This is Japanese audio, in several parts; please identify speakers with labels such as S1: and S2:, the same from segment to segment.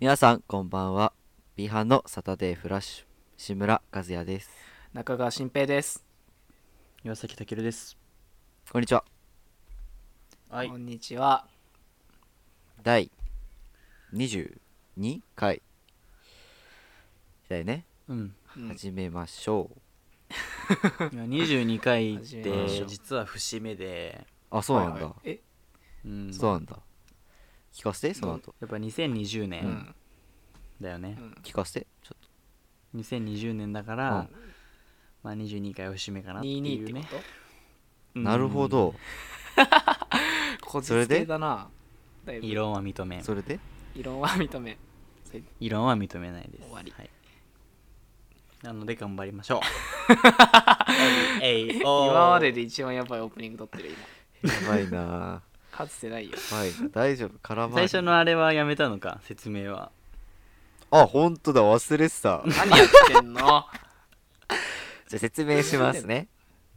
S1: 皆さんこんばんは B 班のサタデーフラッシュ志村和也です
S2: 中川新平です、
S3: 岩崎健です
S1: こんにちは
S3: はい
S2: こんにちは
S1: 第22回だよね、
S3: うん
S2: うん
S1: 始めましょう
S3: 今22回っ
S2: 始めま
S1: しょ
S3: て
S1: う
S3: 実は節目で、
S1: あそうなんだ、
S2: はいはいえ
S3: うん、
S1: そう
S3: や
S1: なんだ聞かせてその後
S3: っぱ2020
S2: う
S3: 年
S2: ん
S3: だよね
S2: う、ん
S1: 聞かせてちょっ
S3: 2020年だから、まあ、22回節目かなって
S2: 22
S3: い
S2: っ
S3: う
S2: てこ
S3: ね
S2: と
S1: となるほど
S2: こじ
S1: それ
S2: つ
S1: で
S2: けだなだいぶ
S3: 異論は認めん
S1: それで
S2: 異論は認めそれ
S3: 異論は認めないです
S2: 終わり
S3: はい、なので頑張りましょう えいえいおー
S2: 今までで一番やばいオープニング撮ってる今
S1: やばいな
S2: かつてないよ
S1: はい大丈夫空回
S3: 最
S1: り
S3: 初のあれはやめたのか説明は
S1: あ本当だ忘れてたじゃ
S2: 何やってんの
S1: あ説明します ね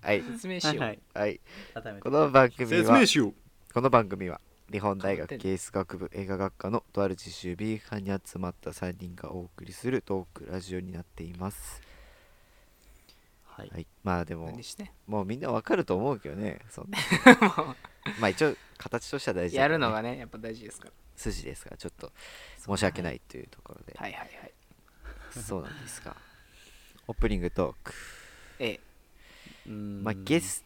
S1: はい
S2: 説明し
S3: は
S2: よ、
S3: いうは
S1: は
S3: い
S1: い
S3: 改めて
S1: この番組は
S3: しよう
S1: この番組は日本大
S2: 変わって
S1: 学
S2: んの
S1: 芸術学部映画学科のとある実習 B 班に集まった3人がお送りするトークラジオになっています、
S3: はい
S1: はい、まあでも
S2: 何して
S1: もうみんなわかると思うけどねそんな まあ一応形としては大事だ
S2: や
S1: からね
S2: るのがねやっぱ大事ですから
S1: 筋ですからちょっと申し訳ないというところで、
S2: はいはいはい
S1: そうなんですがオープニングトーク
S2: ええ
S1: まあゲス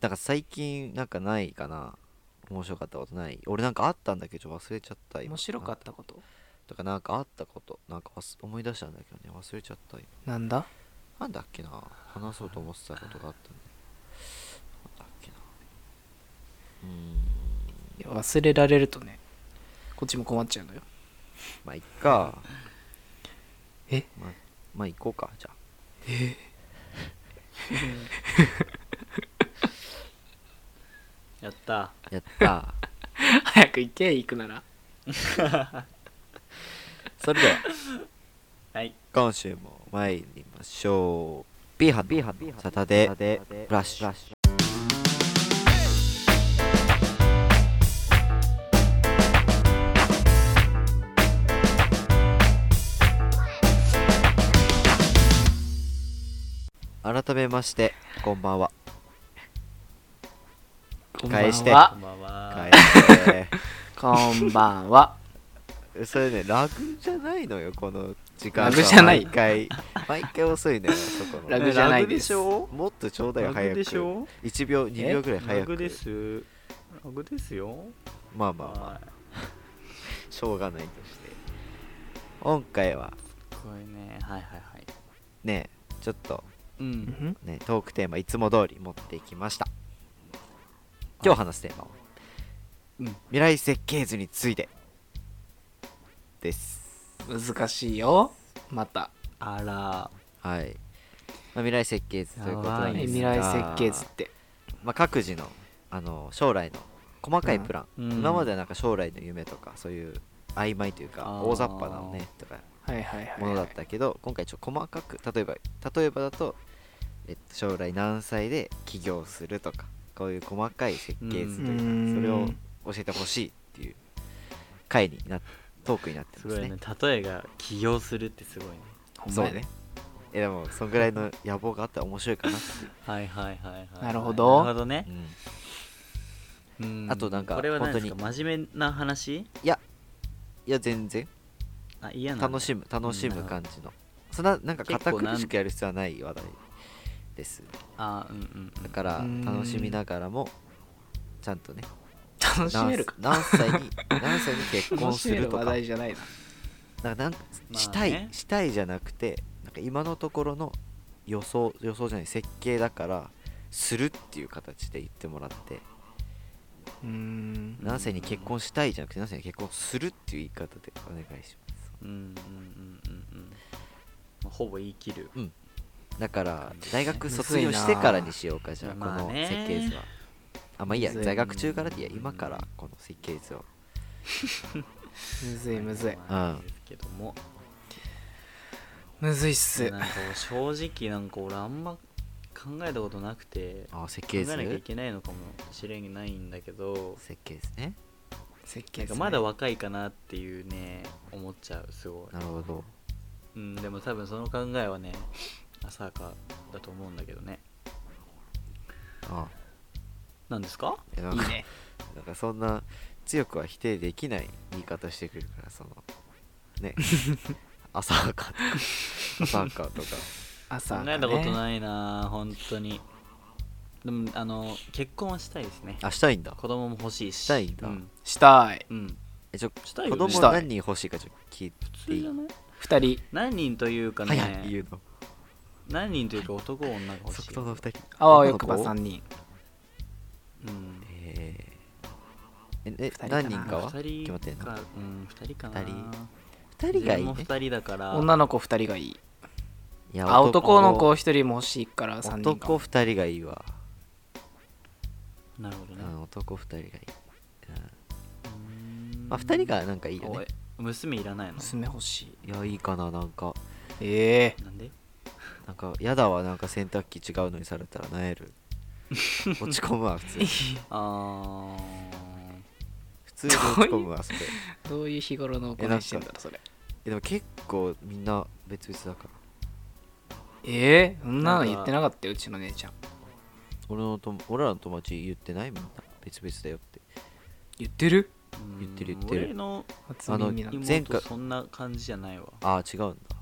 S1: なんか最近なんかないかな面白かったことない俺なんかあったんだけど忘れちゃった今
S2: 面白かったこと
S1: とかなんかあったことなんか忘思い出したんだけどね忘れちゃった今
S2: なんだ
S1: なんだっけな話そうと思ってたことがあったんだなんだっけなうーん
S2: いや忘れられるとねこっちも困っちゃうのよ
S1: まあいっか
S2: え
S1: まあまあ行こうかじゃあ
S3: やった
S1: やった
S2: 早く行け行くなら
S1: それでは
S3: はい
S1: 今週も参りましょう B 波 B 波サタデーフラッシュ改めましてこんばんは
S2: こんばん
S1: 返して
S3: こ
S2: は
S3: んばんは
S1: 帰って
S2: こんばんは
S1: それねラグじゃないのよこの時間
S2: ラグじゃない
S1: 毎回毎回遅いのよそこの
S2: ラグじゃないです
S3: ラグでしょ
S1: もっとちょうだいよ
S3: ラ
S1: 早
S3: グ
S1: く
S3: でしょ
S1: 1秒2秒ぐらい
S3: ラ
S1: 早
S3: グ
S1: く
S3: ですラグですよ
S1: まあまあまあ
S3: はい
S1: しょうがないとして今回は
S3: これねはいはいはい
S1: ねちょっと
S3: うん
S1: ねトークテーマいつも通り持ってきました今日話すテーマは、
S3: うん
S1: 未来設計図についてです
S2: 難しいよまた
S3: あら
S1: はい、まあ、未来設計図ということなん
S3: い
S1: ですが
S3: やば
S2: 未来設計図って
S1: まあ、各自のあの将来の細かいプラン、
S3: うん
S1: 今まではなんか将来の夢とかそういう曖昧というか
S3: あー
S1: 大雑把なのねとか
S2: はいはいはいはい
S1: ものだったけど今回ちょっと細かく例えば例えばだと、えっと、将来何歳で起業するとかこういう細かい設計図と
S2: う
S1: い
S2: ん
S1: うかそれを教えてほしいっていう回になトークになって
S3: す
S1: ま
S3: ご
S1: す
S3: い
S1: ね
S3: ね。例えが起業するってすごいね
S2: ほんま
S1: そう
S2: や
S1: ねえでもそんぐらいの野望があったら面白いかなっていう
S3: はいはいはいはい
S2: なるほど
S3: なるほどね、
S1: うん
S3: うん
S1: あとなんか
S3: これは何ですか真面目な話
S1: いやいや全然
S3: あ嫌な
S1: 楽し
S3: む
S1: む楽し
S3: う
S1: む
S3: ん
S1: 感じのそんななんか
S3: 結
S1: 堅
S3: 構なん
S1: 苦しくやる必要はない話題です
S3: あうんうん
S1: だから
S2: うん
S1: 楽しみながらもちゃんとね
S2: 楽し
S1: 何
S2: めるか
S1: 何歳に何歳に結婚すると
S2: 話
S1: か
S2: 題じゃないな
S1: なんかなん
S3: ね
S1: したい、したいじゃなくてなんか今のところの予想予想じゃない設計だからするっていう形で言ってもらって
S2: うーん
S1: 何歳に結婚したいじゃなくて何歳に結婚するっていう言い方でお願いします
S3: うんうんうんうんうんまあほぼ言い切る
S1: だから
S3: 感じですね
S1: 大学卒業してからにしようかじゃあこ
S3: まあ
S1: の
S3: ね
S1: 設計図はあまあいいや
S2: むずい
S1: 在学中からでいいや
S3: うん
S1: 今からこの設計図を
S2: むずいむずい
S3: まあいいですけども
S2: むずいっす
S3: なんか俺正直なんか俺あんま考えたことなくて
S1: あ設
S3: 考え
S1: 計図
S3: なきゃいけないのかもしれないんだけど
S1: 設計図ね
S2: 設計
S3: な
S2: で
S3: ん
S2: すね
S3: かまだ若いかなっていうね思っちゃうすごい
S1: なるほど
S3: うんでも多分その考えはね浅はかだと思うんだけどね
S1: あ
S3: 何ですか
S1: いやなん
S2: い
S1: か
S2: いね
S1: なんかそんな強くは否定できない言い方してくるからそのね浅はかとか浅はかとか
S2: 朝
S3: 考
S2: がね
S3: えたことないな本当にでもあの結婚はしたいですね
S1: あしたいんだ
S3: 子供も欲しいし
S1: したいんだ
S3: うん、
S2: したい
S3: うん、
S1: えちょ
S3: したいよ
S1: 子
S3: ね
S1: 供
S2: したい
S1: 何人欲しいかちょっと聞い
S3: 普
S1: てい
S3: 通
S1: い
S3: じゃない
S2: 二人
S3: 何人というかね
S1: 早い言うの
S3: 何人というか男女が欲し
S1: 即
S3: い
S1: 答の2人
S2: あわよくば
S1: 男の子
S2: 三人
S3: うん
S1: えーええ
S2: 人かな
S1: 何人かは
S3: 二
S1: 決
S3: 人
S1: まってんの
S3: かうん二人かな
S1: 二人
S3: 二
S1: 2人がいいね
S3: も二人だから
S2: 女の子二人がいい
S1: いや
S2: あ男の子一人も欲しいから三人か
S1: 男2人がいいわ、
S3: なるほど
S1: う
S3: ね、
S1: ん、男2人がいい、
S3: うん
S1: うんまあ、2人がなんかいいよ
S3: お
S1: ね
S3: い娘いらないの
S2: 娘欲しい
S1: いやいいかななんか
S2: ええ
S3: なんで
S1: なんかやだわなんか洗濯機違うのにされたらなえ る落ち込むわ普通に
S3: あ
S1: 普通に落ち込むわそれ
S2: どういう日頃の行いしてんだろうそれ
S1: えでも結構みんな別々だから
S2: ええそんな
S3: な
S2: の
S3: んか
S2: 言ってなかったようちの姉ちゃん
S1: 俺のとも俺らの友達言ってないみんな別々だよって
S2: 言ってる
S3: ーうん
S1: 言ってる言ってる
S3: 俺の
S2: 初耳だ
S1: あの
S3: 妹
S1: 前回
S3: そんな感じじゃないわ
S1: ああ違うんだ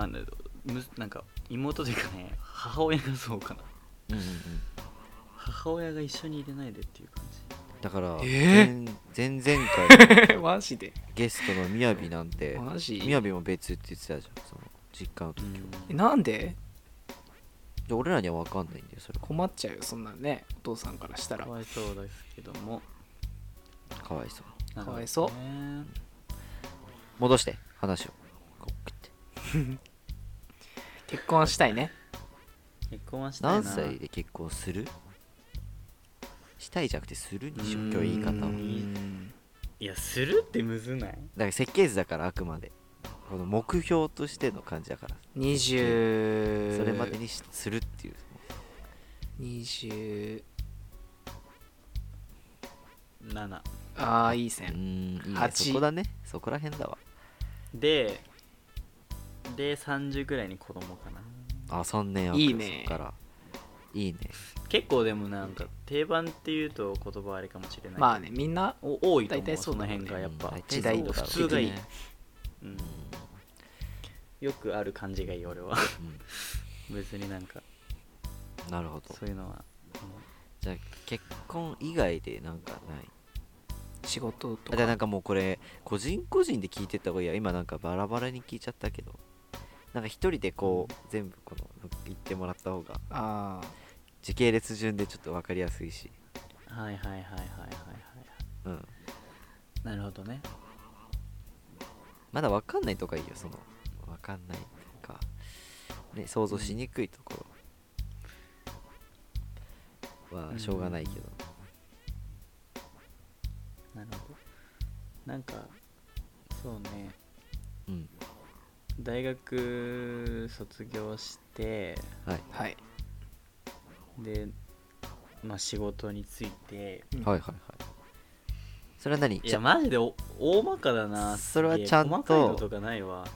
S3: なんだろうむなんか妹というかね母親がそうかな
S1: うんうんうん
S3: 母親が一緒に入れないでっていう感じ
S1: だから、
S2: え
S1: 前前々 回の
S2: マジで
S1: ゲストのみやびなんて
S2: マジ
S1: みやびも別って言ってたじゃんその実家の時
S2: えなんで
S1: で俺らには分かんないんだよそれ
S2: 困っちゃうよそんなねお父さんからしたら
S3: かわいそうですけども
S1: かわいそう
S3: なる
S2: か
S3: ほどね
S2: わいそう
S1: 戻して話をこう切って
S2: 結婚したいね
S3: 結婚はしたい
S1: 何
S3: な
S1: 歳で結婚するしたいじゃなくてするにしよ
S3: う
S1: うん今日言い方をだ
S3: う
S1: か
S3: んいやするってむずない
S1: ら設計図だからあくまでこの目標としての感じだから
S2: 20
S1: それまでにしするっていう
S2: 20
S3: 7
S2: ああいいう
S1: ー
S2: 線
S1: んいいね
S2: 八
S1: そこだねそこら辺だわ
S3: でで30ぐらいに子供かな
S1: あ3年空く
S2: いいね
S1: そっからいいね
S3: 結構でもなんか定番っていうと言葉あれかもしれないけど
S2: まあねみんな
S3: お多いと
S2: 大
S3: 思う
S2: 体
S3: そ
S2: そうだ
S3: の
S2: ね
S3: 辺がやっ
S1: うん
S3: ぱ
S1: 大体
S2: 時代
S1: そうだろう
S3: 普通がいい
S1: ね
S3: うんよくある感じがいい俺は別になんか
S1: うんなるほど
S3: そういうのは
S1: じゃあ結婚以外でなんかない
S2: 仕事と
S1: あじゃあな
S2: か
S1: んかもうこれ個人個人で聞いてった方がいいや今なんかバラバラに聞いちゃったけどなんか一人でこう全部この言ってもらった方が
S2: ああ
S1: 時系列順でちょっと分かりやすいし
S3: はいはいはいはいはいはいはい
S1: うん
S3: なるほどね
S1: まだ分かんないとかいいよその分かんないとかね想像しにくいところはしょうがないけど、
S3: なるほどなんかそうね
S1: うん
S3: 大学卒業して
S1: はい、
S2: はい
S3: でまあ仕事について
S2: うん
S1: はいはいはいそれは何
S3: い
S1: じ
S3: や
S1: ゃ
S3: マジでお大まかだな
S1: それは
S3: すげえ
S1: ちゃんと
S3: 細かいのとかないわ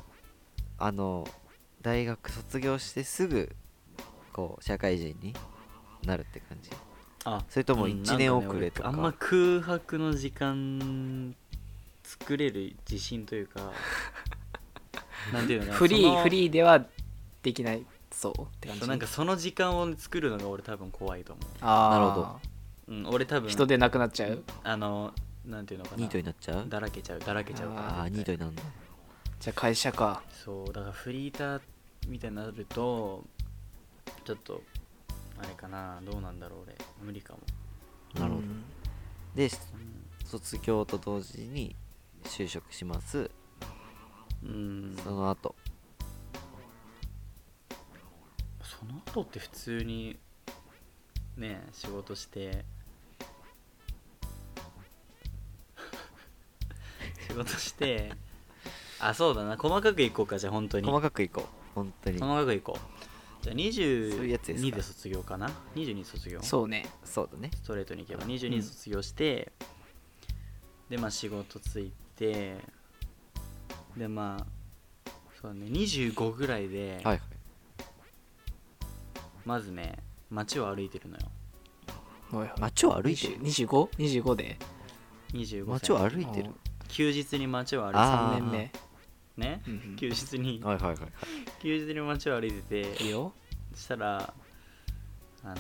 S1: あの大学卒業してすぐこう社会人になるって感じ
S3: あ
S1: それとも
S3: うん
S1: 1年
S3: なんね
S1: 遅れとか,、
S3: 俺あんま空白の時間作れる自信という かなんていうのかな
S2: フリ
S3: その
S2: ーフリーではできないそうって感
S3: そ
S2: じ
S3: うなんかその時間を作るのが俺多分怖いと思
S2: ああ
S1: なるほど
S3: う、うん、俺多分
S2: 人でなくなっちゃう
S3: あのなんていうのかな
S1: ニートになっちゃう
S3: だらけちゃうだらけちゃうから
S1: ああーニー
S3: 絶
S1: ト
S3: 対
S1: になんだ
S2: じゃあ会社か
S3: そうだからフリーターみたいになるとちょっとあれかなどうなんだろう俺無理かも、
S1: なるほど
S2: うん
S1: で
S3: うん
S1: 卒業と同時に就職します
S3: うん、
S1: その後
S3: その後って普通にねえ仕事して 仕事してあそうだな細かくいこうかじゃあ本当に
S1: 細
S3: 細
S1: かくいこう本当に
S3: かくいこうじゃあ
S1: そういうやつです
S3: 22
S1: か
S3: で卒業かな22卒業ス
S2: そうね
S1: そうだね
S3: トレートに行けば
S1: うん
S3: 22卒業して、でまあ仕事ついてでまあそうだね25ぐらいで、
S1: はいはい
S3: まずね街を歩いてるのよ
S2: はいはい
S1: 街を歩いてる
S2: 25?25 で
S3: 25
S1: 街
S3: 歳
S1: を歩いてる
S3: 休日に街を歩いて
S1: あ
S2: 3
S1: ー
S2: 年目
S3: たね
S2: うんうん
S3: 休日に
S1: はいはいはいはい
S3: 休日に街を歩いてて
S2: いいよ
S3: そしたらあの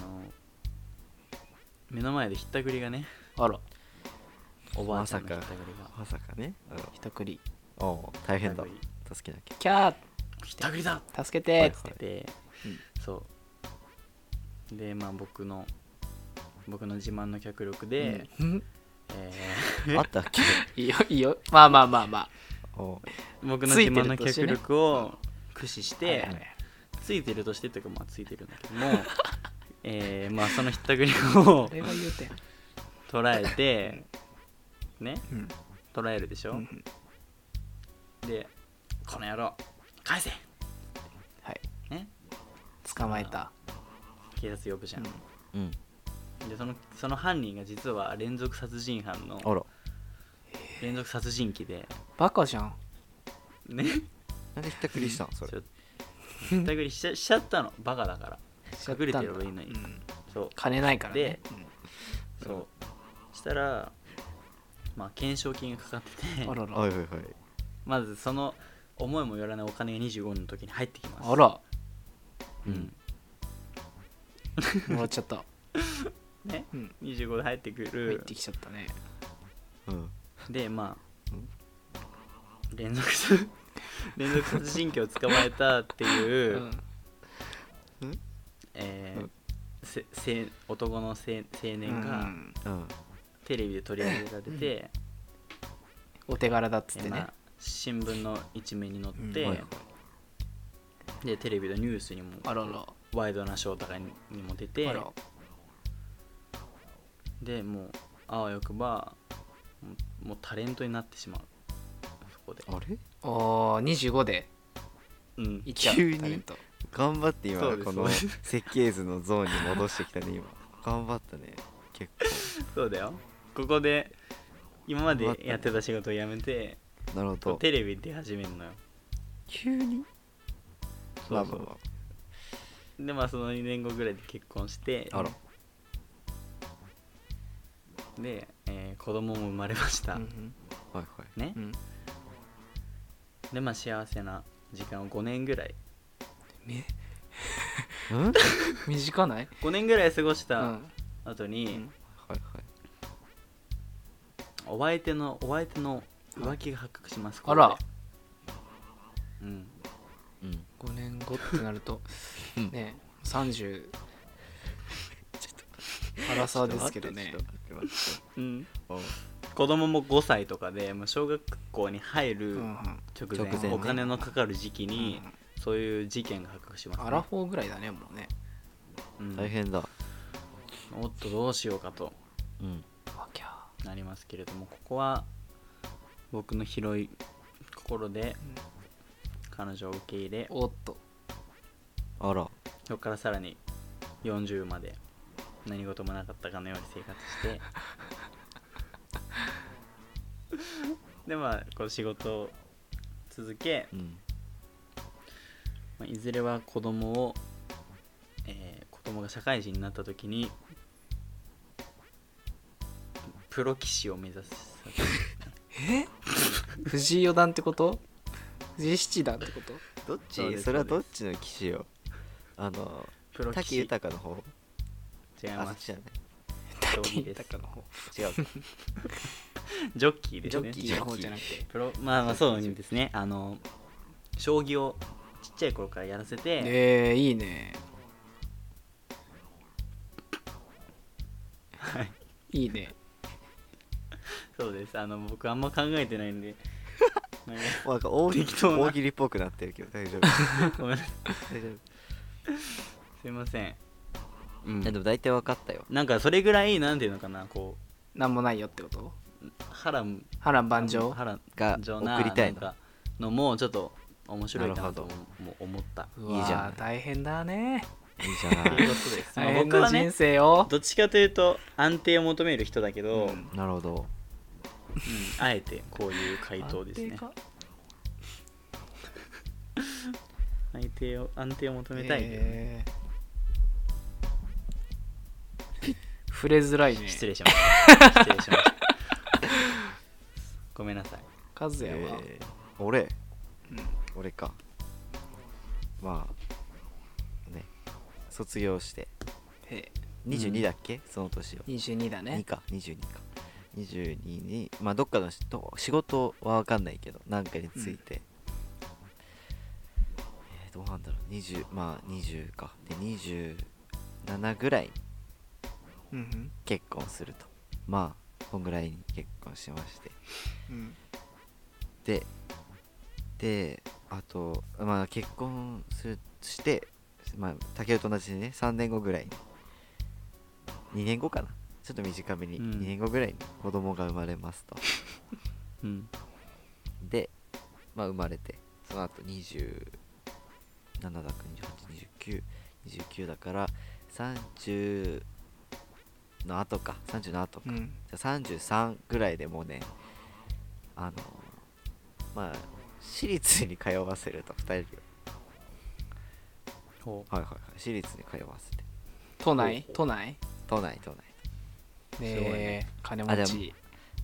S3: 目の前でひったくりがね
S2: あら
S3: おばあちゃんのひっ
S1: ま
S3: た
S1: さ
S3: く
S1: か
S3: りが
S1: まさかね
S2: ひたくり
S1: おおう大変だ
S3: ひったく
S1: 助けなきゃ
S2: キャ
S3: りひったくりだ
S2: ー助け
S1: は
S2: て
S1: い
S2: つっ
S1: は
S2: て
S1: い
S3: で、そうでまあ僕の僕の自慢の脚力で、
S2: うん
S3: え
S1: あったっけ
S2: いいよいいよまあまあまあまあ
S1: おう
S3: ー 僕の
S2: つ
S3: 自
S2: いて
S3: 慢の
S2: るとして
S3: 脚
S2: ね
S3: 力を駆使して
S2: はいはいはい
S3: ついてるとしてっていうかまあついてるんだ けどもえーまあそのひったくりを
S2: あれは言うて
S3: 捉えてね
S2: うん
S3: 捉えるでしょ、
S2: うんうん
S3: でこの野郎返せ
S2: はい
S3: ね
S2: 捕まえた
S3: 警察呼ぶじゃん、
S1: うん
S3: でそのその犯人が実は連続殺人犯の
S1: あら
S3: 連続殺人鬼で
S2: バカじゃん
S3: ね
S1: なんでひったくりしたんそ
S3: ち
S1: れ
S3: ょっとひったくりしちゃしちゃったのバカだから隠れてればいいのに
S2: うん
S3: そう
S2: 金ないからね
S3: でそうしたらまあ懸賞金がかかってて
S2: あら
S1: はい
S2: ら
S1: はいはい
S3: まずその思いもよらないお金が25の時に入ってきます
S2: あら
S3: うん
S2: もらっちゃった
S3: ね
S2: うん
S3: 25で入ってく
S2: 入っ
S3: る
S2: てきちゃったね
S1: うん
S3: でまあ連続殺 連続殺人鬼を捕まえたって
S2: う
S3: いう、
S2: ん
S3: え
S1: う
S3: ー
S1: ん
S3: せせ男のせ青年
S2: う
S3: が
S2: ん
S1: うん
S3: テレビで取り上げられて、
S2: お手柄だっつっ
S3: で
S2: て
S3: ま
S2: ね
S3: あ、新聞の一面に載って、
S2: うん
S1: はいはい
S3: でテレビのニュースにも
S2: あらら
S3: ワイドなショーとかにも出て
S2: あら
S3: でもうあわよくばもうもうタレントになってしまうそこで
S1: あれ
S2: おー25で
S3: うん
S2: いっちゃう
S1: 急に
S2: タレント
S1: 頑張って
S3: そう
S1: 今
S3: です
S1: この
S3: そう
S1: 設計図のゾーンに戻してきたね今頑張ったね結
S3: そうだよここで今まで
S1: 終わった
S3: やってた仕事を辞めて
S1: 構なるほど
S3: テレビに出始めるのよ
S1: 急に
S3: そ
S1: ま
S3: う
S1: あ
S3: そ
S1: ま
S3: う
S1: あま
S3: でまあその2年後ぐらいで結婚して
S1: ああら
S3: で、えー子供も生まれました、
S2: うん
S1: はいはい
S3: ね
S2: う、ん
S3: でまあ幸せな時間を5年ぐらい
S2: め
S1: うんはい
S2: 短ない
S3: 5年ぐらい過ごし
S2: う
S3: た
S2: ん
S3: 後に、
S2: うん
S1: はい
S3: お相手のお相手の浮気が発覚します
S2: あら
S3: ここでうん
S1: うん
S2: 5年後ってなると
S1: うん
S2: ね30アラサーですけどね
S1: ちょっと待ってち
S3: うん、
S1: ょっと待って
S3: 子供も5歳とかでもう小学校に入
S2: う
S3: る
S2: んうん
S3: 直前,、
S1: 直前ね
S3: お金のかかる時期に
S2: うん
S3: そういう事件が発覚しますね、
S2: アラフォーぐらいだねもうね
S3: う
S1: うん
S3: ん
S1: 大変だ
S3: おっとどうしようかと
S1: うん
S2: わきゃ
S3: なりますけれどもここは僕の広い心で彼女を受け入れ
S2: おっと
S1: あら
S3: そこからさらに40まで何事もなかったかのように生活 してでまあこう仕事を続け、
S1: うん
S3: まあ、いずれは子供を、えー、子供が社会人になった時にプロ棋士を目指す
S2: 藤井四段ってこと藤井七段ってこと
S1: どっ
S3: そ
S1: ち
S3: うです
S1: それはどっちの棋士よあの
S3: プロ棋
S1: 滝
S3: 士違い
S1: 豊の方あそ
S3: ま
S1: っち
S3: す
S1: じゃない
S3: 将棋です
S2: 豊の方
S1: 違 うか
S3: ジョッキーですね
S1: ジョッキー
S2: 藤井の方じゃなくて
S3: プロまあまあそうですねあの将棋をちっちゃい頃からやらせて、
S2: えー、いいね
S3: はい
S2: いいね
S3: そうですあの僕あんま考えてないんでなんか
S1: なんか大喜
S3: 適当な
S1: 利大喜利っぽくなってるけど 大丈夫
S3: ごめんなさい
S1: 大丈夫
S3: すいません、う
S1: いやでも大体分かったよ
S3: なんかそれぐらいなんていうのかなこ
S2: なんもないよってこと
S3: う波乱
S2: 波乱万丈
S3: 波乱
S1: が
S3: 万丈な
S1: 送りたい
S3: なん
S1: な
S3: かのもちょっと面白い
S1: なる
S3: な
S1: ほ
S3: と
S1: ど
S3: もも思った
S2: うわー
S1: いいじゃん
S2: 大変だね
S1: いいじゃ
S3: という
S1: な
S3: ことです、まあ
S2: 大変
S3: 僕
S2: な
S3: は
S2: 人
S3: ね
S2: 生を、
S3: どっちかというと安定を求める人だけど、
S2: うん
S1: いなるほど
S3: あえてこういう回答ですね
S2: 安定か
S3: 安定を安定を求めたいけどね、
S2: えー触れづらいね
S3: 失礼しました失礼しましたごめんなさい
S2: 和也は、
S1: えー俺
S2: うん
S1: 俺かまあね卒業して
S2: え
S1: 22だっけ、その年を
S2: ー22だ
S1: 2
S2: ね
S1: か22か22にまあどっかのしと仕事は分かんないけどなんかについて、えーどうなんだろう20まあ20かで27ぐらいに
S2: うん
S1: 結婚するとまあこんぐらいに結婚しまして
S2: うん
S1: でであとまあ結婚するしてまあ竹雄と同じでね3年後ぐらいに2年後かなちょっと短めに、
S3: うん
S1: 2年後ぐらいに子供が生まれますと
S3: うん
S1: でまあ生まれてその後27だか282929だから30の後か30の後か、
S2: うん
S1: じゃあ33ぐらいでもうねあのまあ私立に通わせると2人
S3: ほ
S1: をはいはいはい私立に通わせて
S2: 都内都内
S1: 都内都内
S3: ごいね
S2: えー金持
S1: あで
S2: ち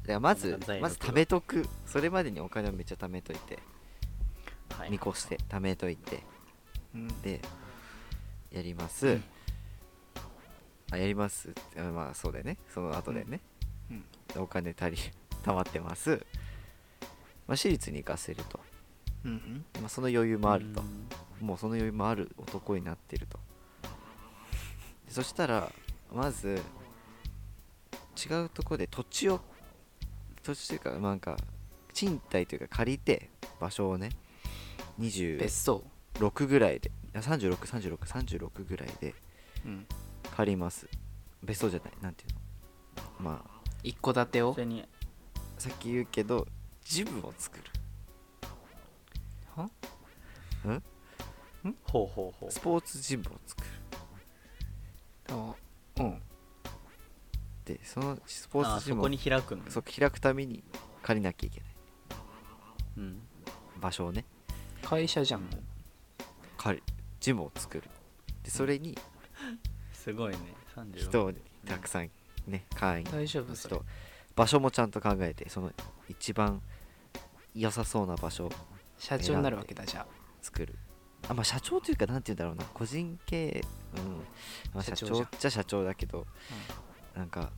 S1: だからまず
S3: なんか財力
S1: まず貯めとくそれまでにお金をめっちゃ貯めといて
S3: うはい
S1: 見越して貯めといて
S2: うん
S1: でやります、
S3: うん
S1: あやりますってあまあそうだよねその後でね、
S2: うん
S1: お金足り 貯まってます、まあ、私立に行かせると、
S2: うん
S1: まあ、その余裕もあると
S3: うん、
S1: もうその余裕もある男になってるとでそしたらまず違うとこで土地を土地というかまあなんか賃貸というか借りて場所をね
S2: うん
S1: 26
S2: 別荘
S1: ぐらいで363636ぐらいで
S2: うん
S1: 借ります別荘じゃないなんていうのまあ
S2: 一戸建てを
S3: それに
S1: さっき言うけどジムを作る
S2: は
S3: ほうほうほう
S1: スポーツジムを作る
S2: あうん
S1: でそのスポー
S3: あ
S1: ツジ
S3: そ
S1: ム
S3: こ
S1: を
S3: に開くの
S1: そう開くために借りなきゃいけない
S3: うん
S1: 場所をね
S2: 会社じゃんもう
S1: 借りジムを作るでそれに
S3: すごいね36
S1: 人をたくさんね会員
S2: 大丈夫
S1: の
S2: それ
S1: 人場所もちゃんと考えてその一番良さそうな場所を
S2: 社長になるわけだじゃ
S1: 作るあまあ社長というかなんて言うんだろうな個人系、うんまあ、社
S2: 社長
S1: 長っちゃ社長だけど、なんか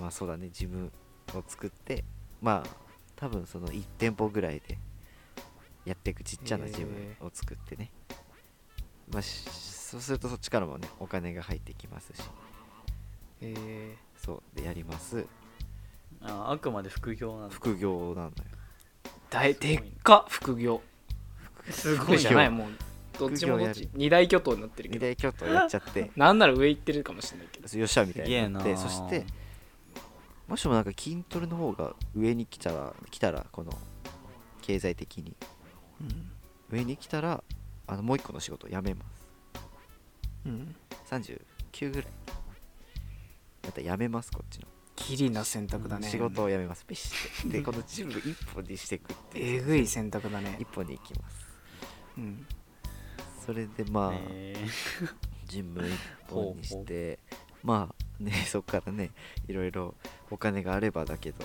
S1: まあそうだねジムを作ってまあ多分その1店舗ぐらいでやっていくちっちゃなジムを作ってね、まあしそうするとそっちからもねお金が入ってきますし
S2: ええ
S1: そうでやります
S3: ああくまで副業なんだ
S1: 副業なのよ
S2: だい
S3: すごい
S2: で
S3: ね
S2: っか副業
S3: す
S2: 副業じゃない
S1: 副
S2: もうどっちもどっ
S1: 副業
S2: ち二大巨頭になってるけ
S1: 二
S2: ど
S1: 大巨頭やっちゃって
S2: なんなら上行ってるかもしれないけど
S1: よっしゃみたいになって
S3: すげえ
S1: そし
S3: な
S1: てもしもなんか筋トレの方が上に来たら来たらこの経済的に上に来たらあのもう一個の仕事を辞めま
S2: うん
S1: す39ぐらいだったら辞めますこっちの、
S2: きりな選択だね
S1: 仕事を辞めますピシッてでこのジム一本にしていくってい
S2: え
S1: う
S2: ぐい選択だね
S1: 一本に行きます
S2: うん
S1: それでまあ、
S3: えー
S1: ジム一本にしてまあね そっからねいろいろお金があればだけど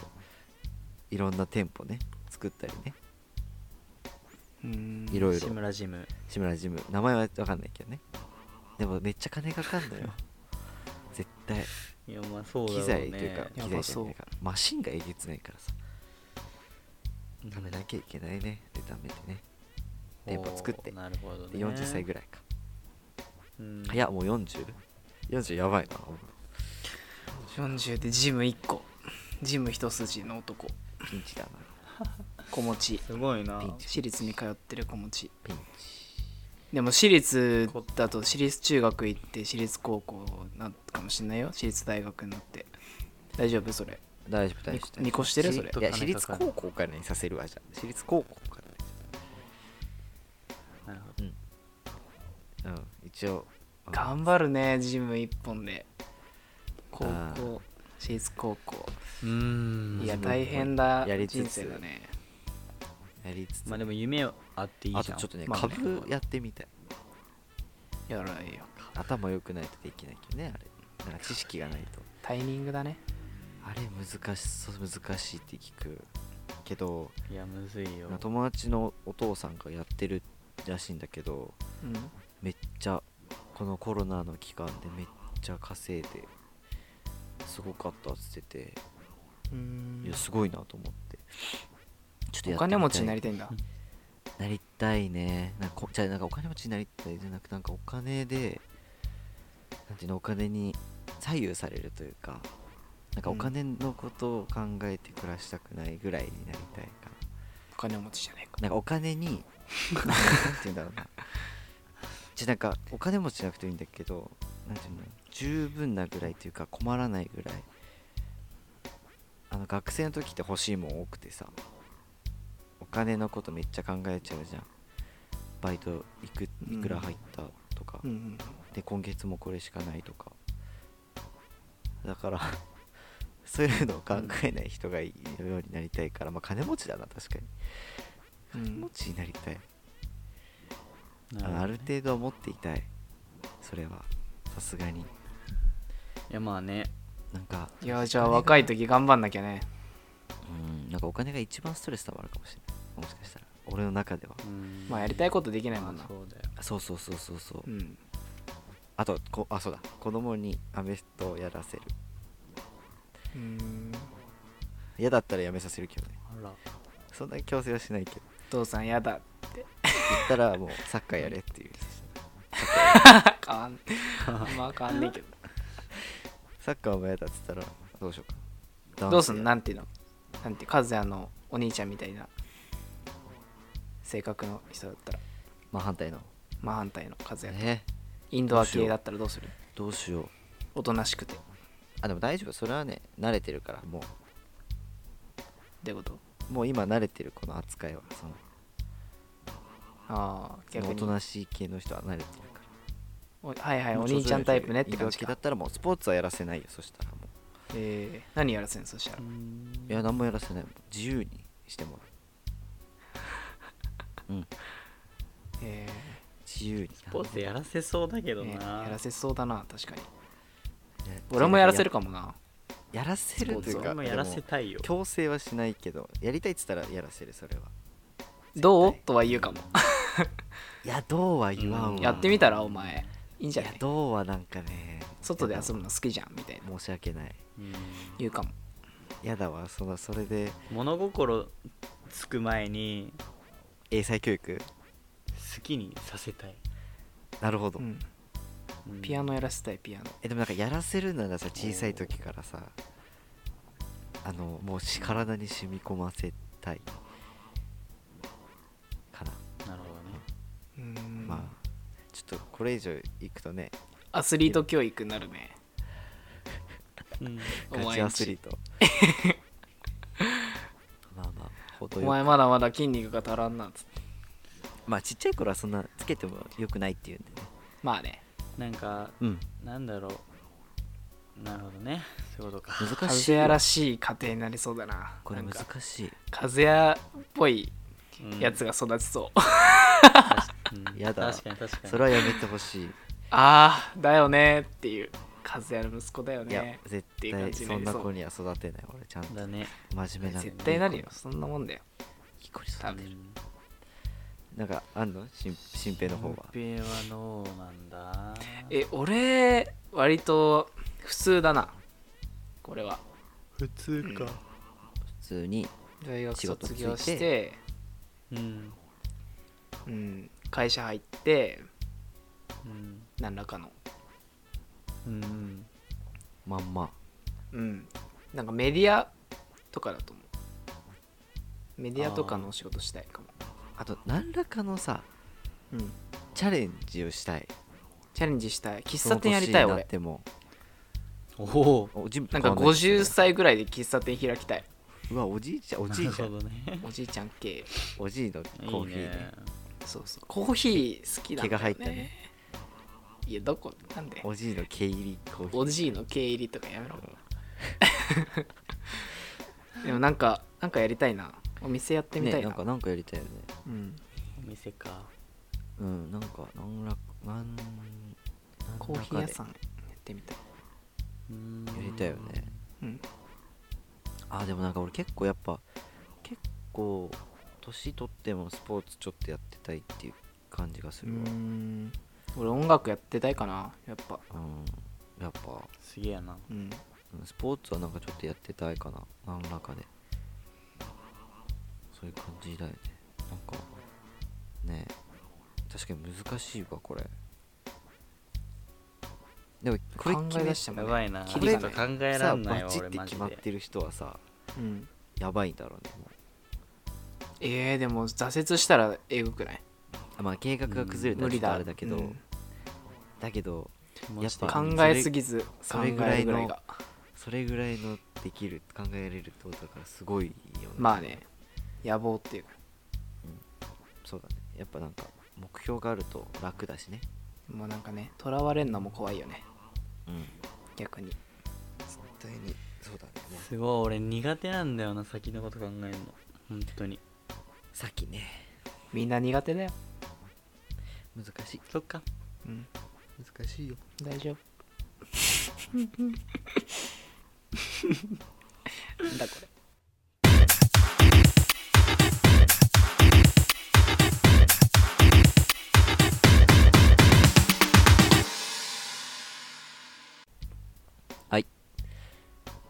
S1: いろんな店舗ね作ったりね
S2: うん
S1: いろいろ
S3: 志村ジム
S1: 志村ジム名前は分かんないけどねでもめっちゃ金かかんのよ絶対
S3: いやまあそうだろ
S1: 機
S3: う
S1: 材
S3: ね
S1: というか
S2: や
S1: 機
S2: ば
S1: 材じゃ
S2: そう
S1: ないからマシンがえげつないからさ
S3: うん
S1: 貯めなきゃいけないねで貯めてね店舗作って
S3: おーなるほどね
S1: で40歳ぐらいか、
S3: うん
S1: いやもう4040 40やばいな
S2: 40でジム1個ジム一筋の男
S1: ピンチだな
S2: 子持ち
S3: すごいな
S1: ピンチ
S2: 私立に通ってる子持ち
S1: ピンチ
S2: でも私立だと私立中学行って私立高校なかもしれないよ私立大学になって大丈夫それ
S1: 大丈夫大丈夫
S2: 見越してるそれ
S1: いや私立高校からにさせるわじゃあ私立高校からね
S3: なるほど
S1: うん一応うん
S2: 頑張るねジム1本で高
S1: あ
S2: 校私立高校
S3: うん
S2: いや
S1: うん
S2: 大変だ
S1: やりつつ
S2: 人生だね
S1: やりつつ、
S3: まあでも夢はあっていい
S1: あ
S3: じ
S1: と
S3: ゃん
S1: ちょっとね、
S2: まあね
S1: 株やってみたい
S2: やらないよ
S1: 頭良くないとできないけどねあれなんか知識がないと
S2: タイミングだね
S1: あれ難しそう難しいって聞くけど
S3: いやむずいよ
S1: 友達のお父さんがやってるらしいんだけど
S2: うん
S1: めっちゃこのコロナの期間でめっちゃ稼いですごかったっつってて
S2: うん
S1: いやすごいなと思ってちょっと
S2: お金持ちにな
S1: なり
S2: りたいんだ
S1: なりたいねなんかこじゃあなんかお金持ちになりたいじゃなくてなんかお金でなんていうのお金に左右されるというかなんかお金のことを考えて暮らしたくないぐらいになりたいかな
S2: お金持ちじゃないか
S1: なんかお金 になんて言うんだろうなじゃあなんかお金持ちじゃなくてもいいんだけどなんていうの十分なぐらいというか困らないぐらいあの学生の時って欲しいもん多くてさお金のことめっちゃ考えちゃうじゃんバイトいく
S2: うん
S1: いくら入ったとか、
S2: うんうん
S1: で今月もこれしかないとかだから そういうのを考えない人がいるようになりたいから、まあ金持ちだな確かに
S2: う
S1: 金持
S2: ん
S1: ちになりたい、
S3: な
S1: あ
S3: ほどね
S1: る程度は持っていたいそれはさすがに
S3: いやまあね
S1: なんか
S2: いやじゃあ若い
S1: 時
S2: 時頑張んなきゃね
S1: うんなんかお金が一番ストレスたまるかもしれないもしかしたら俺の中では
S3: うん
S2: まあやりたいことできない
S3: ま
S2: も
S3: あ
S2: んな
S3: そうだよ
S1: あそうそうそうそうそう、
S2: うん
S1: あとこあそうだ子供にアメフトをやらせる
S2: うん
S1: 嫌だったらやめさせるけどね
S3: あら
S1: そんなに強制はしないけど
S2: お父さんやだ
S1: 言ったらもうサッカーやれっていう
S2: 変わんあんま変わんねえけど
S1: サッカーも嫌だっつったら どうしようかダンスや
S2: どうすんのなんていうのなんて和也のお兄ちゃんみたいな性格の人だったら
S1: まあ反対の
S2: 真反対の和也と
S1: ね
S2: インドア系だったらどうする
S1: どうしよう
S2: おとなしくてっ
S1: あでも大丈夫それはね慣れてるからもう
S2: てこと
S1: もう今慣れてるこの扱いはその
S2: ああ逆
S1: おと
S2: に
S1: なしい系の人は慣れてるか
S2: おはいは
S1: ら
S2: いお兄ちゃんタイプねって感じ
S1: 色気だ
S2: か
S1: ったらもうスポーツはやらせないよそしたらも
S2: えー、何やらせんのそしたら
S1: ういや何もやらせないもう自由にしてもらううん
S2: え
S1: 自由にス
S3: スポーツやらせそうだけ
S2: ー
S3: ど
S2: ね
S3: な
S2: やらせそうだな確かに俺もやらせる
S1: か
S2: かもな
S1: やらせるという
S3: 俺
S1: か
S3: もやらせ
S1: でも
S3: たいよ
S1: 強制はしないけどやりたいっつったらやらせるそれは
S2: どうとは言うかも
S1: いやどうは言わんわ、
S3: うん
S2: やってみたらお前いいんじゃない
S1: やどうはなんかね
S2: 外で遊ぶの好きじゃんみたいな
S1: 申し訳ない
S3: うん
S2: 言うかも
S1: やだわそのそれで
S3: 物心つく前に
S1: 英才教育
S3: 好きにさせたい、
S1: なるほど、
S2: うん
S3: うん
S2: ピアノやらせたいピアノ
S1: えでもなんかやらせるならさ小さい時からさあのもうし体に染み込ませたいかな、
S3: なるほどね
S2: うーん
S1: まあちょっとこれ以上いくとね
S2: アスリート教育になるね
S3: うん
S2: お
S1: ガチ
S2: 前ん
S1: アスリー
S2: ち
S1: トまあまあ程
S2: お
S1: よ
S2: 前
S1: く
S2: まだまだ筋肉が足らんなっつって
S1: まあちっちゃい頃はそんなつけてもよくないっていうんでね
S2: まあね
S3: なんか
S1: うん
S3: なんだろうなるほどねそういうことか
S1: 難
S2: 和
S1: しいよ
S2: 也らしい家庭になりそうだな
S1: これ
S2: なんか
S1: 難しい
S2: 和也っぽい
S3: うん
S2: やつが育ちそう、
S3: う ん
S1: やだ
S3: 確かに確かに
S1: それはやめてほしい
S2: ああだよねっていう和也の息子だよ
S1: いや
S2: ね
S1: 絶
S2: っていう感
S1: 対
S2: じに
S1: そ
S2: なり
S1: ん
S2: そ
S1: な
S2: う
S1: 子には育てない俺ちゃんと
S3: だね
S1: 真面目な
S2: 絶対なるよそんなもんだよ
S1: いい子に育て
S2: 多
S1: る
S2: 分
S1: なんかあんのしん新平の方は
S3: ペはノーなんだ
S2: え俺割と普通だなこれは
S3: 普通
S2: か
S1: 普通に
S2: 大学
S1: 仕事
S2: 卒
S1: ついて
S2: 業して
S3: うん
S2: うん、会社入って
S3: うん
S2: 何らかの
S3: うん
S1: まんま
S2: うんなんかメディアとかだと思うメディアとかのお仕事したいかも、
S1: あと何らかのさ
S2: うん、
S1: チャレンジをしたい
S2: チャレンジしたい喫茶店やりたい
S1: その年にな
S2: 俺
S1: っても
S3: おお
S1: おじ
S2: なんか50歳ぐらいで喫茶店開きたいう
S1: わおじいちゃんおじいちゃん
S3: なるほどね
S2: おじいちゃん系
S1: おじいのコーヒー
S3: いい
S1: ね
S3: ね
S2: そうそうコーヒー好きなんだよ、ね、
S1: 毛が入ったね
S2: いやどこなんで
S1: おじいの毛入りコーヒー
S2: おじいの毛入りとかやめろ でもなんかなんかやりたいなお店やってみた
S1: ね
S2: いな,、
S1: なんかなんかやりたいよね
S2: うん、
S3: お店か
S1: うんなんかなんらなんなん
S2: コーヒー屋さ
S1: ん
S2: んやってみたい、
S3: うーん
S1: やりたいよね
S2: うん、
S1: あでもなんか俺結構やっぱ結構年取ってもスポーツちょっとやってたいっていう感じがす
S2: うー
S1: るわ
S2: ん俺音楽やってたいかなやっぱ
S1: うんやっぱ
S3: すげえやな
S2: うん
S1: うんスポーツはなんかちょっとやってたいかな何らかでそういう感じだよねなんかね確かに難しいわこれでもこれ
S2: 考
S1: 決
S2: え
S1: め
S2: 出しても
S3: や
S2: ね
S3: ばいな
S2: キ
S3: ち
S2: リが
S3: ょっ
S2: な
S3: と
S2: い
S3: 考えらんない
S1: さ
S3: わ
S1: バチっ
S3: 俺
S1: て
S3: マ
S1: 決
S3: ジ
S1: まっ
S3: で
S1: てる人はさ
S2: うん
S1: やばいんだろうねもう
S2: えー、でも挫折したらえぐくない
S1: あまあ計画が崩れた
S2: 無
S1: らちょ
S2: 理
S1: っと
S2: だ
S1: あれだけど、
S2: うん
S1: だけど
S3: 気持ち的
S1: やっぱ
S2: 考
S1: か
S3: に
S2: えすぎず
S1: それそれぐらいの
S2: 考えるが
S1: それぐらいのできる考えれるってことだからすごいよね
S2: まあね野望っていうか
S1: そうだねやっぱなんか目標があると楽だしね
S2: もうなんかねとらわれるのも怖いよね
S1: うん
S2: 逆に
S1: 絶対にそうだねもう
S3: すごい俺苦手なんだよな先のこと考えるの本当に
S1: さっきね
S2: みんな苦手だよ、
S1: 難しい
S3: そっか
S2: うん、
S1: 難しいよ
S2: 大丈夫なんだこれ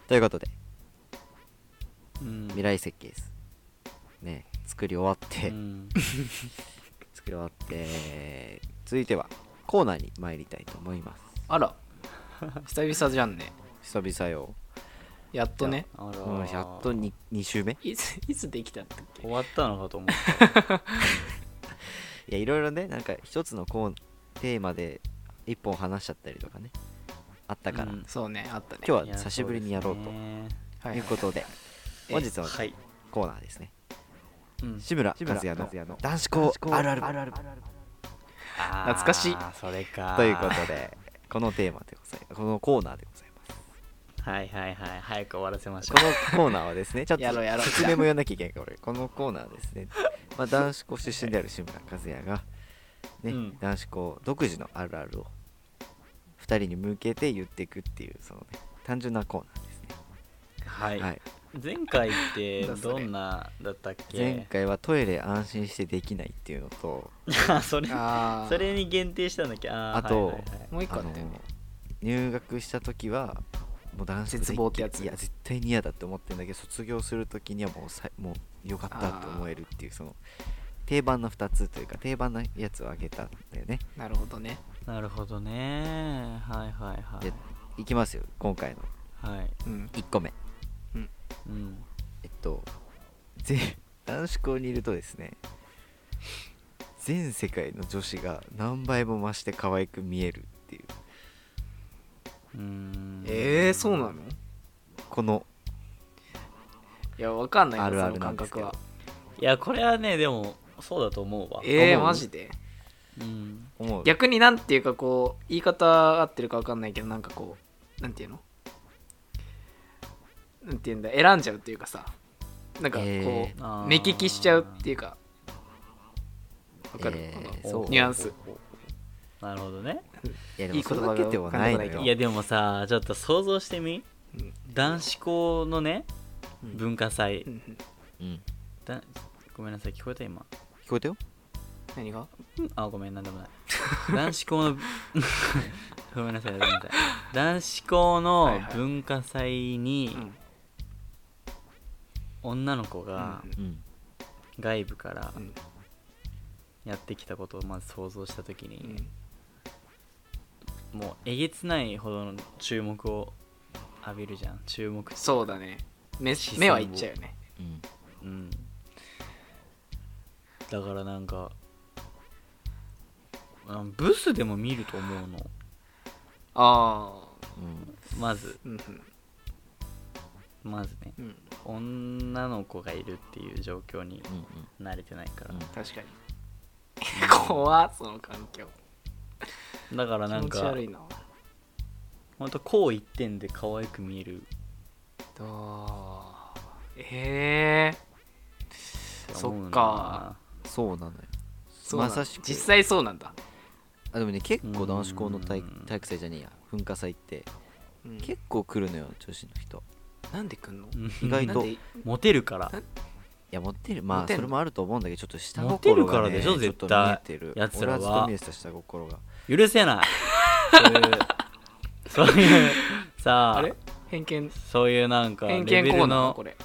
S1: ということで
S3: うん
S1: 未来設計図ね作り終わって、
S3: うん
S1: 作り終わって続いてはコーナーに参りたいと思いま
S2: あら久々じゃんね
S1: す久々よ、
S2: やっとね
S3: あら
S1: うん、やっと 2, 2週目い
S2: いついつできたんだっけ
S3: 終わったのかと思っ
S1: やいろいろねなんか一つのコーテーマで一本話しちゃったりとかねあったから、
S3: うん
S2: そうねあったね
S1: 今
S3: た
S1: 日は 久しぶりにやろうと
S3: いや
S2: は
S1: いうことで、
S2: はい
S1: 本日
S3: そう
S1: の
S3: ですねはい
S1: コーナーですね、
S3: うん
S1: 志村和也の男子校あるある
S3: あー
S2: 懐かしい
S3: それか
S1: ということでこのテーマでございますこのコーナーでございます
S3: はいはいはい早く終わらせましょ
S1: このコーナーはですね、ちょっと
S2: やろうやろう
S1: 説 明もやんなきゃいけないから、俺、このコーナーはですね、まあ、男子校出身である志村和也が、ね
S3: うん
S1: 男子校独自のあるあるを2人に向けて言っていくっていう、そのね、単純なコーナーですね。
S3: うはい、
S1: はい
S3: 前回って
S2: なんだそ
S3: ど
S2: れ
S3: んなだったっけ
S1: 前回はトイレ安心してできないっていうのと、
S3: あそれ
S2: あー
S3: それに限定したんだっけあー
S1: あと
S3: はいはいはい
S2: もう一個あったよね
S1: 入学した時は、もう男子校
S2: 絶望ってやつ
S1: いや、絶対に嫌だって思ってるんだけど、卒業する時にはもうさもうよかったって思えるっていう、その。定番の2つというか定番のやつをあげたんだよね
S2: なるほどね
S3: なるほどねはいはいは
S1: でいきますよ今回の
S3: いはい
S2: うん
S1: 1個目
S3: うん
S1: えっと全男子校にいるとですね全世界の女子が何倍も増して可愛く見えるっていう
S3: うーん
S2: えー、そうなのい
S1: この
S2: やわかんないよ
S1: あるある
S2: その感覚
S1: なん
S2: は
S1: で
S3: いやこれはねでもそうだと思うわ
S2: えー、
S1: 思う
S2: マジで
S3: うん
S1: 思う
S2: 逆になんていうかこう言い方合ってるかわかんないけどなんかこうなんていうのなんていうんだ選んじゃうっていうかさなんかこう、
S1: え
S3: ー
S2: 目利きしちゃうっていうかわかる、
S1: えー
S2: この
S1: そう
S2: ニュアンス
S3: なるほどね
S1: いやで
S2: い
S1: も
S2: い
S1: そ
S2: 言
S1: れ
S2: 葉が
S1: だけではないの
S2: 浮かんでこないけど
S1: よ
S3: いやでもさちょっと想像してみ
S2: うん
S3: 男子校のね
S1: うん
S3: 文化祭、
S2: うんうん
S1: うん、聞
S3: だごめんなさい聞こえた今
S1: こえたよ
S2: 何が
S3: あごめんなんでもない男子校の ごめんなさいごめんなさい男子校
S2: はい
S3: の
S2: はい
S3: 文化祭
S2: う
S3: に
S2: ん
S3: 女の子が
S2: うん
S1: うん
S3: 外部から
S2: うん
S3: やってきたことをまず想像した時
S2: う
S3: に
S2: ん
S3: もうえげつないほどの注目を浴びるじゃん注目
S2: そうだね目
S3: 視線を
S2: 目はいっちゃうよね
S1: うん
S3: うんだからなんかあブスでも見ると思うの
S2: ああ
S1: うん
S3: まず
S2: うん
S3: まずね
S2: うんうん
S3: 女の子がいるっていう状況に
S1: うん
S3: 慣れてないから、
S1: うん
S2: 確かに 怖っその環境
S3: だから
S2: 気
S3: なん
S2: 持ち
S3: か
S2: 悪いな
S3: ほんとこう一点で可愛く見える
S2: どうええそっか
S1: そうなのよ
S2: そうなんだ
S1: まさしく
S2: 実際そうなんだ、
S1: あでもね結構男子校の体
S3: うん
S1: 体育祭じゃねえや文化祭って
S2: うん
S1: 結構来るのよ女子の人
S2: なんで来んの
S3: 思うな
S1: 意外と
S2: なんで
S3: モテるから
S1: いや持ってるま
S2: 持
S1: あ
S2: てん
S1: そ
S2: の
S1: れもあると思うんだけどちょっと下心が、ね、
S3: 持てるからでしょ
S1: ちょっと
S3: 絶対
S1: 見えてる
S3: 奴らは
S1: 俺はずっと見えてた下心が
S3: 許 せないそういうそういうさ
S2: あ
S3: あ
S2: れ偏見
S3: そういうなんかレ
S2: 偏見
S3: ベ
S2: コー
S3: ル
S2: ナーこ
S3: の
S2: れ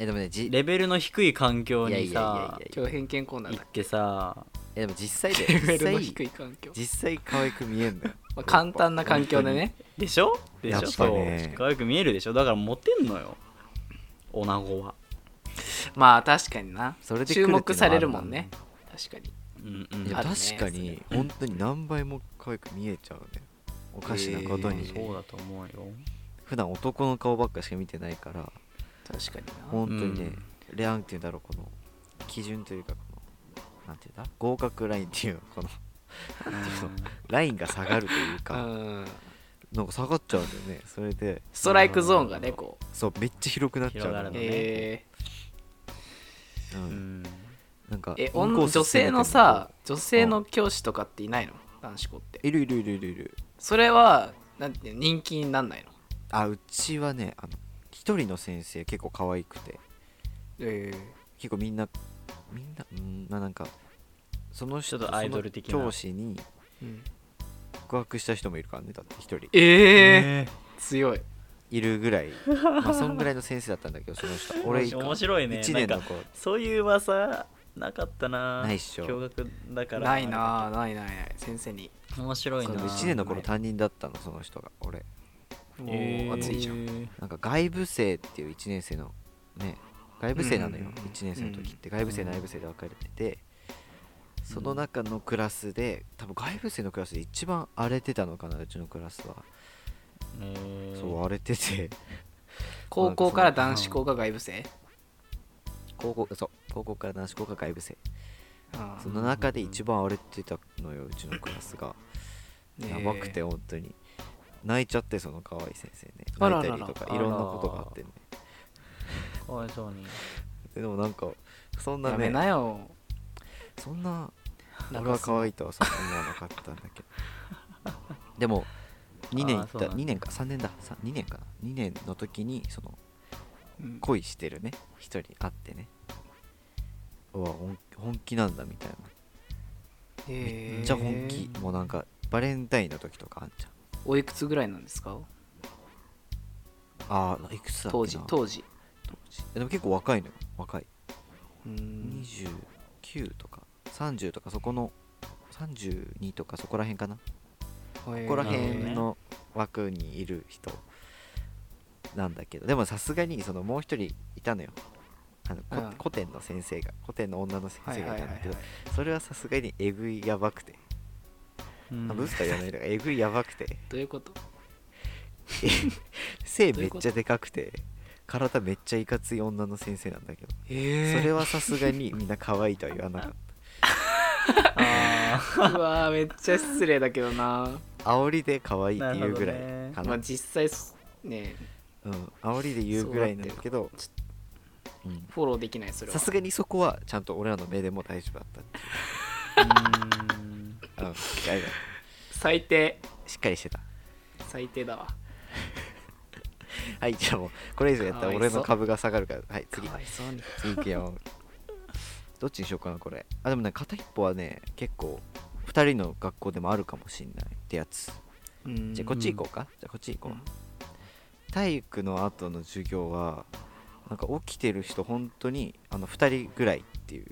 S1: えでもねじ
S3: レベルの低い環境に
S1: いやいやいや
S3: さ
S1: いや
S2: 今日偏見コーナー
S3: 行
S2: だ
S3: ってさ
S1: えでも実際で 実
S2: レベルの
S1: 際
S2: 低い環境、
S1: 実際可愛く見えんだよ、
S2: まあ、簡単な環境でね
S3: でしょで
S1: やっ
S3: しょ
S1: ぱ
S3: そう
S1: ね
S3: 可愛く見えるでしょだからモテんのよ女子は
S2: まあ確かにな
S1: それで来るっ
S2: 注
S1: ていうのは
S2: 目されるもんね確かに
S3: うんう
S1: い
S3: ん
S1: や
S2: あるね
S1: 確かに本当に何倍も可愛く見えちゃうねおかしなことに、
S3: そうだと 思うよ
S1: 普段男の顔ばっかしか見てないから
S2: 確かにな
S1: 本当にね、レアンっていうんだろうこの基準というかこのなんていうんだ合格ラインっていうのこのラインが下がるというか、
S2: うん
S1: なんか下がっちゃうんだよねそれで
S2: ストライクゾーンがねこ
S1: そうめっちゃ広くなっちゃう
S3: 広がる
S1: の
S2: う、
S3: ね
S2: え
S1: う、
S3: うんん
S1: なんか
S2: ー、え
S1: インコ
S2: 女
S1: ース攻めて
S2: 性
S1: る
S2: のさ女性の教師とかっていないの男子校って
S1: いるいるいるいるいる
S2: それはなんていうの人気になんないの
S1: あうちはねあの一人の先生結構可愛くて
S2: え
S1: 結構みんなみんなうんまあなんかその人
S3: ちょっとアイドル的な
S1: その教師に
S2: ーうん、
S1: 告白した人もいるからねだって一人
S2: えー
S3: え
S2: 強い
S1: いるぐらいまあそんぐらいの先生だったんだけどその 人俺
S3: 面白い面白いね
S1: 1年
S3: な
S1: の
S3: んか
S1: 子
S3: そういう噂なかったな
S1: ないっしょ
S3: 驚愕だから
S2: ないなないないない先生に
S3: 面白いな
S1: 1年の頃担任だったのその人が俺
S2: も
S3: え
S2: う
S3: ー
S2: 熱いじゃん、
S1: なんか外部生っていう1年生のね外部生なのよ、
S2: うんうんうん
S1: 1年生の時って外部生
S3: うん
S1: 内部生で分かれてて、その中のクラスで多分外部生のクラスで一番荒れてたのかなうちのクラスは、
S3: えー
S1: そう荒れてて
S2: 高校から男子校が外部生、
S1: 高校そう高校から男子校が外部生
S2: あ
S1: その中で一番荒れてたのようちのクラスが
S2: ー
S1: やばくて
S2: えー
S1: 本当に泣いちゃってその可愛い先生ね
S2: あ
S1: 泣
S2: ら
S1: いた
S2: らら
S1: りとかいろんなことがあってね
S3: かわいそうに
S1: ででもなんかそんな
S2: やめ
S1: ね
S2: なよ
S1: そんな
S2: 泣
S1: 俺
S2: か
S1: は
S2: す
S1: 可愛いとはそんな思わなかったんだけど でも2年行っ
S3: そうなん
S1: た
S3: だ
S1: 2年か3年ださ2年かな2年の時にその
S2: うん
S1: 恋してるね一人会ってねうわ本本気なんだみたいなめ
S2: め
S1: っちゃ本気もうなんかバレンタインの時とかあんじゃん
S2: おいくつぐらいなんですか
S1: ああいくつだっけな
S2: 当時当時
S1: でも結構若いのよ若いう
S2: ーん
S1: 29とか30とかそこの32とかそこら辺かなここら辺の枠にいる人なんだけどでもさすがにそのもう一人いたのよあのこ
S2: うん
S1: 古典の先生が古典の女の先
S2: はい
S1: 生
S2: はい
S1: がい
S2: はい
S1: た
S2: は
S1: んだ
S2: い
S1: けどそれはさすがにえぐいやばくて、
S3: うん
S1: あブスとは言わないのがえぐいやばくて
S2: どういうこと
S1: 背めっちゃでかくて体めっちゃいかつい女の先生なんだけど、
S2: え
S1: それはさすがにみんな可愛いとは言わなかっ
S3: あ
S2: うわーめっちゃ失礼だけどな
S1: た煽りで可愛いっていうぐら
S3: なるほど
S1: い
S3: ね
S1: か
S2: ま
S1: な
S2: あ実際すね
S1: うん、煽りで言うぐらいなんだけど
S2: そう
S1: うん
S2: フォローできないそれは
S1: さすがにそこはちゃんと俺らの目でも大丈夫だったって
S3: ーう
S1: いう、
S3: ーん
S1: うん大丈夫
S2: 最低
S1: しっかりして た
S2: 最低だわ
S1: はいじゃあもうこれ以上やったら俺の株が下がるからはい次
S2: かわいそうに
S1: 次行くよどっちにしようかなこれあでもね片一方はね結構2人の学校でもあるかもしんないってやつ
S2: うん
S1: じゃあこっち行こうか、じゃあこっち行こう、体育の後の授業はなんか起きてる人本当にあの2人ぐらいっていう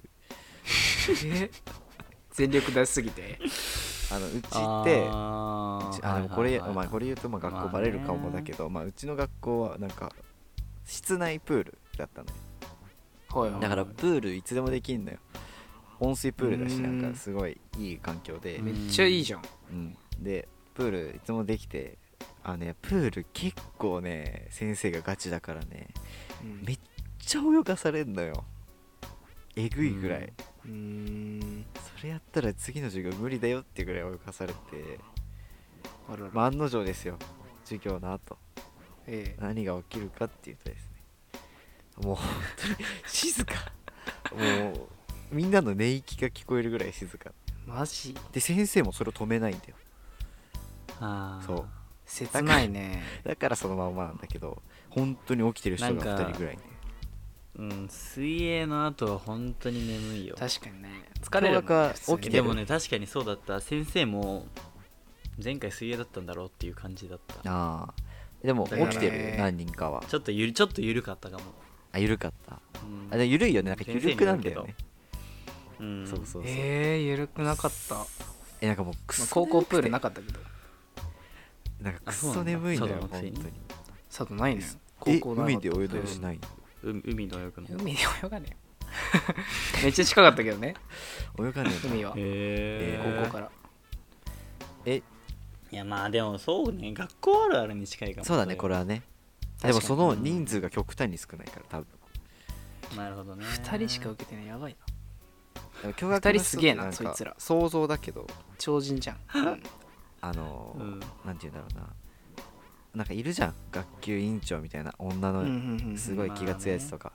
S2: え全力出しすぎて
S1: あのうちって
S3: あ
S1: うち
S3: ー
S1: あでもこ
S3: はい
S1: れ,、
S3: はいはい
S1: まあ、これ言うとまあ学
S3: まあ
S1: 校
S3: ね
S1: バレるかもだけど、まあうちの学校はなんか室内プールだったのよ
S2: はいはい
S1: だからプールいつでもできんのよ温水プールだし
S2: う
S1: なんんかすごいいい環境で
S3: う
S2: めっちゃいいじゃん
S1: うんでプールいつもできてあのねプール結構ね先生がガチだからねめっちゃ泳がされんのよえぐいぐらい、
S3: うん
S2: うん
S1: それやったら次の授業無理だよってぐらい泳がされて、
S2: あらら
S1: まあ、案の定ですよ授業の後
S2: ええ
S1: 何が起きるかっていうとですねもう本当に静かもうみんなの寝息が聞こえるぐらい静か
S2: マジ
S1: で先生もそれを止めないんだよ
S3: あー
S1: そう
S2: 切ないね
S1: だからそのまんまなんだけど本当に起きてる人が2人ぐらいね
S3: うん水泳の後は本当に眠いよ
S2: 確かにね疲れるもん
S1: なかな
S2: ね
S1: か
S2: 普通に
S1: 起きて
S3: で
S1: る
S3: もね確かにそうだった先生も前回水泳だったんだろうっていう感じだった
S1: ああでも
S2: だ
S1: 起
S2: から
S1: きてるよ何人かは
S3: ちょっとゆるちょっと緩かったかも、
S1: あ緩かった
S3: うん
S1: あでも緩いよねなんか
S3: 先生
S1: 緩
S3: に
S1: くな
S3: よ
S1: ん
S3: る
S1: だ
S3: け
S1: よ
S3: ど
S1: ね
S3: うん
S1: そうそうそう
S2: ええ緩くなかった、ま
S1: えなんかもうク
S2: あ
S1: ソ
S2: 高校プール
S1: 眠
S2: な
S1: く
S2: かったけど
S1: てなんかク
S3: あそうな
S1: ソ
S3: んだ
S1: 眠いんだよ
S3: そうだ
S1: 本当
S3: ね
S1: に
S2: 佐渡ないのよ
S1: え
S2: 高校なかった
S1: 海で泳いだりしない
S3: 海海の泳ぐのへ
S2: 海で泳がねえめっちゃ近かったけどね
S1: 泳がねえんだ
S2: 海は
S1: え
S3: え
S2: 高校から
S1: え
S3: いやまあでもそうね学校あるあるに近いかも
S1: そうだねこれはねでもそ
S2: 確か
S1: の人数が極端に少ないから多分
S3: なるほどね
S2: に2人しか受けてないやばいな
S1: でも共学
S2: 二
S1: の
S2: 人すげえ
S1: 人
S2: な
S1: ってんか
S2: そいつら
S1: 想像だけど
S2: 超人じゃん、
S1: あのー
S3: うん
S1: なんて言うんだろうななんかいるじゃん学級委員長みたいな女
S2: うん
S1: の
S2: うんうんうん
S1: すごい気が強いやつとか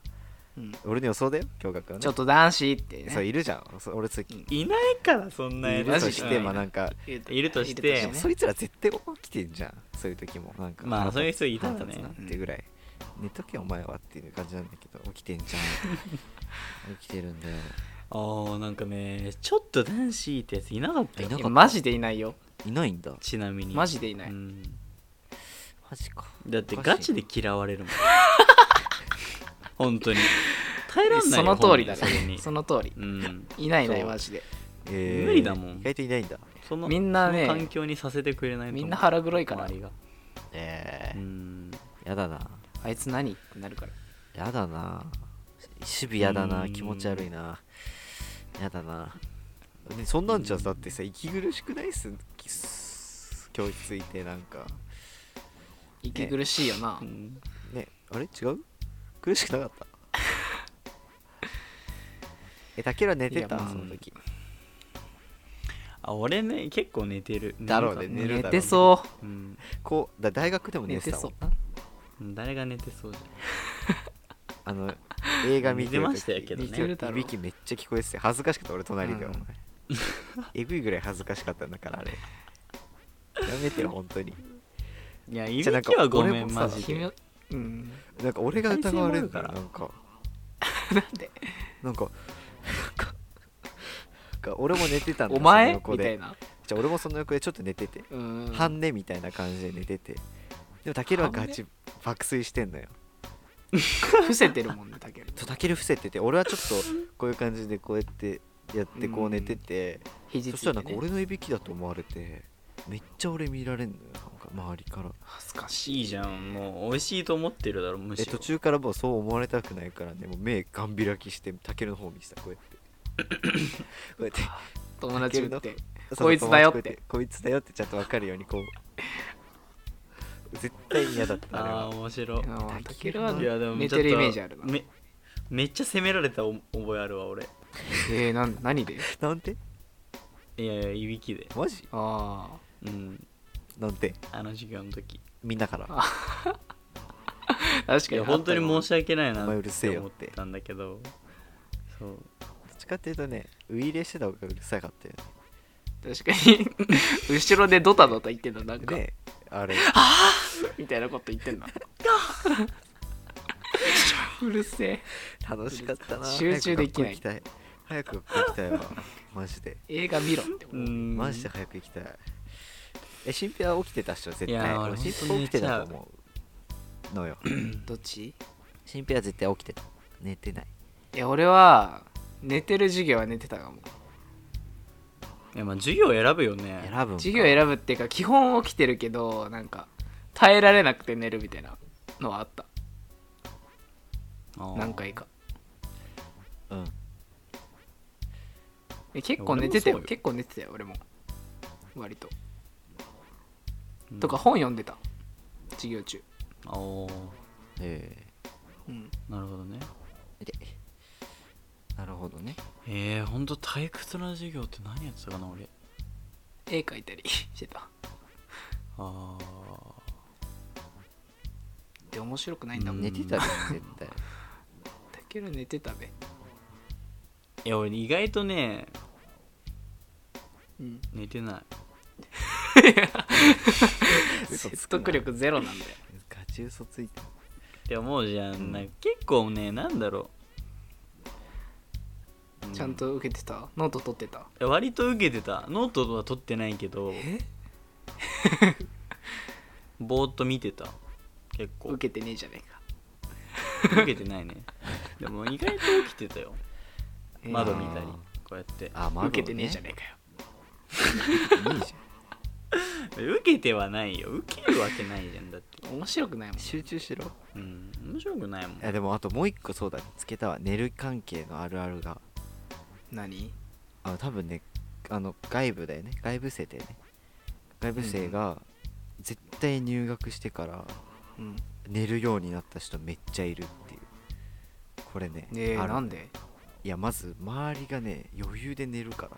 S2: うん
S1: 俺の予想だよ共学はね
S2: ちょっと男子ってね
S1: そういるじゃんそ俺つ
S2: うん
S3: いないからそんなや
S1: い
S3: つ
S1: るとし
S2: マジ
S1: て
S2: で
S1: まあなんか
S3: いるとして
S1: でも
S2: ね
S1: そいつら絶対起きてんじゃんそういう時もなんか
S3: まあそういう人いた
S1: だ
S3: んだ
S1: ね
S3: ね
S1: ってぐらい寝とけお前はっていう感じなんだけど起きてんじ ゃん起きてるんだよ
S3: ああなんかねちょっと男子ってやついなかったよ
S1: いなかっ
S2: いやマジでいないよ
S1: いないんだ
S3: ちなみに
S2: マジでいない、
S3: うん
S1: マジか
S3: だって
S1: おかしい
S3: ガチで嫌われ るもん本当に耐えらんない
S2: そ
S3: よ
S2: の通りだ
S3: 本人それ
S2: ね
S3: に
S2: その通り
S3: うん
S2: いないいない
S3: そう
S2: マジで
S1: えー
S3: 無理だもん
S1: 意外といないんだ
S3: その
S2: みんなね
S3: その環境にさせてくれないと思
S2: み
S3: う
S2: んな腹黒いから
S3: 周りが
S1: え
S3: う
S1: ー
S3: ん
S1: やだな
S2: あいつ何ってなるから
S1: やだな守備やだ
S3: う
S1: な
S3: ーん
S1: 気持ち悪いなやだなねそんなんじゃだってさ息苦しくないっすきす教室いてなんか
S2: 息苦しいよな、
S3: うん
S1: ねあれ違う苦しくなかった えタケラ寝てた
S2: いやまあ
S1: その時
S3: あ俺ね結構寝てる
S1: だろうね寝
S3: 寝
S1: るだろうね
S2: てそう
S3: うん
S1: こうだ大学でも
S2: う
S1: 寝
S2: 寝
S1: て
S2: て
S1: た
S2: そ
S1: もん
S2: う
S3: 誰が寝てそうじゃ
S1: あの映画見てる時
S3: 寝てましたけど
S1: いび
S3: ね
S1: き
S2: 寝てるだろう
S1: いびきめっちゃ聞こえてて恥ずかしかった俺隣で、
S2: うん
S1: お前 えぐいぐらい恥ずかしかったんだからあれやめてよ本当に
S3: んいやいび
S1: じゃあなんか
S3: きはごめ
S1: 俺も
S3: ん
S1: さ
S3: マジ
S2: 君
S3: で
S2: はうん
S1: なんか俺が疑われるんだよ
S3: 体
S1: な
S3: 勢
S1: んか
S2: なんで
S1: なんかなんか俺も寝てたんだ
S2: お前
S1: その横
S2: みたい
S1: で
S2: な
S1: じゃあ俺もその横でちょっと寝てて
S2: うん
S1: 半寝みたいな感じで寝ててでもタケルはガチ爆睡してんのよ
S2: 伏せてるもんねタケル
S1: そうタケル伏せてて俺はちょっとこういう感じでこうやってやってこう寝てて、
S2: 肘
S1: そ
S2: つ
S1: し
S2: い
S1: た
S2: て、
S1: らな
S2: ね、
S1: んか俺のいびきだと思われてめっちゃ俺見られんのよなんか周りから
S2: 恥ずかしい
S3: いいじゃんもう美味しいと思ってるだろむ
S1: え
S3: しろ
S1: 途中からもうそう思われたくないからねもう目ガン開きしてタケルの方見せたこうやっ てこうやって
S2: 友達打って
S1: そう
S2: こいつだよって
S1: こいつだよってちゃんと分かるようにこう 絶対に嫌だったあれ
S3: ああ
S1: は
S3: 面白
S2: うん
S1: タケル
S2: タケルはい
S3: やでも
S2: 寝
S3: ちょっと
S2: てるイメージあるな
S3: めめっちゃ責められたお覚えあるわ俺
S2: えー、なん何で
S1: なんて
S3: いやいやいびきで
S1: マジ
S2: ああ
S3: うん
S1: なんて
S3: あの授業の時
S1: みんなから
S2: あ確かに
S3: いや本当に申し訳ないな
S1: お
S3: っ
S1: 前うるせえ
S3: て
S1: よ
S3: 思
S1: っ
S3: ってたんだけどそう
S1: どっちかっていうとねウイレしてた方がうるさかったよ
S2: 確かに後ろでドタドタ言ってんのなんか、
S1: ねであれ
S2: みたいなこと言ってん のうるせえ
S1: 楽しかったな
S2: 集中できない
S1: 早く学校行きたい早く学校行きたいわマジで
S2: 映画見ろって思う、
S3: ん
S1: マジで早く行きたいえ新平は起きてたっしょ絶
S3: い
S1: 対
S3: や
S1: 俺
S3: 俺
S1: 新平起きてたと思うのよ
S2: どっち
S1: 新平は絶対起きてた寝てない
S2: いや俺は寝てる授業は寝てたかも
S3: いやまあ授業選ぶよね
S1: 選ぶんか
S2: 授業選ぶっていうか基本起きてるけどなんか耐えられなくて寝るみたいなのはあった
S3: あー
S2: 何回か
S1: うん
S2: え結構寝てたよ
S3: 俺もそうよ
S2: 結構寝てたよ俺も割と、
S3: うん
S2: とか本読んでた授業中
S3: あー
S1: え
S2: うん
S3: なるほどね
S1: えでなるほどね
S3: えー、ほんと退屈な授業って何やってたかな俺
S2: 絵 描いたりしてた
S3: あ
S2: って面白くないんだもん、
S1: 寝てたじゃん絶 対
S2: たける寝てたべ
S3: いや俺意外とね
S2: うん
S3: 寝てない
S2: 説得力ゼロなんだよ
S1: ガチ嘘ついて
S3: って思うじゃん、
S1: ん
S3: なんか結構ねなんだろう、う
S2: ちゃんと受けてたノート取ってた
S3: いや割と受けてたノートは取ってないけどぼーっと見てた結構
S2: 受けてねえじゃね
S3: 受けてないねでも意外と起きてたよ
S2: えか
S3: 窓
S1: 見
S3: 見たり
S1: あー
S3: こうやって
S1: あ
S2: え
S1: ま
S2: ー受けてねえじゃねえかよ
S1: いいじ
S3: 受けてはないよ受けるわけないじゃんだって
S2: 面白くないも
S1: ゃん集中しろ
S3: うん面白くないもん
S1: いやでもあともう一個そうだねつけたわ寝る関係のあるあるが
S2: ん何
S1: あの多分ねあの外部だよね外部生だよね外部生が絶対入学してから
S2: うん
S1: 寝るようになった人めっちゃいるっていうこれね、
S2: ねえ
S1: ある
S2: なんで
S1: いやまず周りがね余裕で寝るから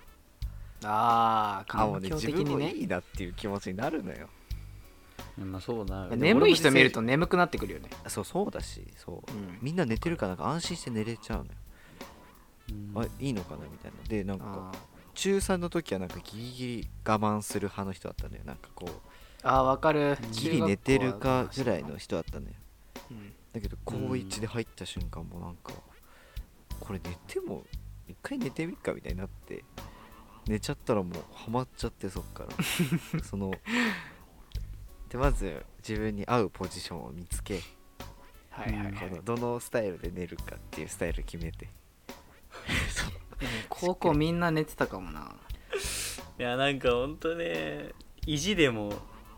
S2: ああ
S1: あもう
S2: 環
S1: ね
S2: 境
S1: 自
S2: 的
S1: 分
S2: に
S1: も
S2: ね
S1: いいなっていう気持ちになるのよ
S3: まあそうだよ
S1: ね
S2: 眠い人見ると眠くなってくるよね
S1: あそうそうだしそう、
S2: うん
S1: みんな寝てるからなんか安心して寝れちゃうのよ、
S3: うん
S1: あいいのかなみたいなでなんか
S2: あー
S1: 中3の時はなんかギリギリ我慢する派の人だったのよなんかこう
S2: あーわかる
S1: ギリ寝てるかぐらいの
S2: 中
S1: 人だったのよ
S2: 学校はうん
S1: だけど高1で入った瞬間もなんか、これ寝ても一回寝てみっかみたいになって寝ちゃったらもうハマっちゃってそっから そのでまず自分に合うポジションを見つけ、
S2: はいはいはい
S1: このどのスタイルで寝るかっていうスタイル決めてそう
S2: でも高校みんな寝てたかもない
S3: やなんかほんとね意地でも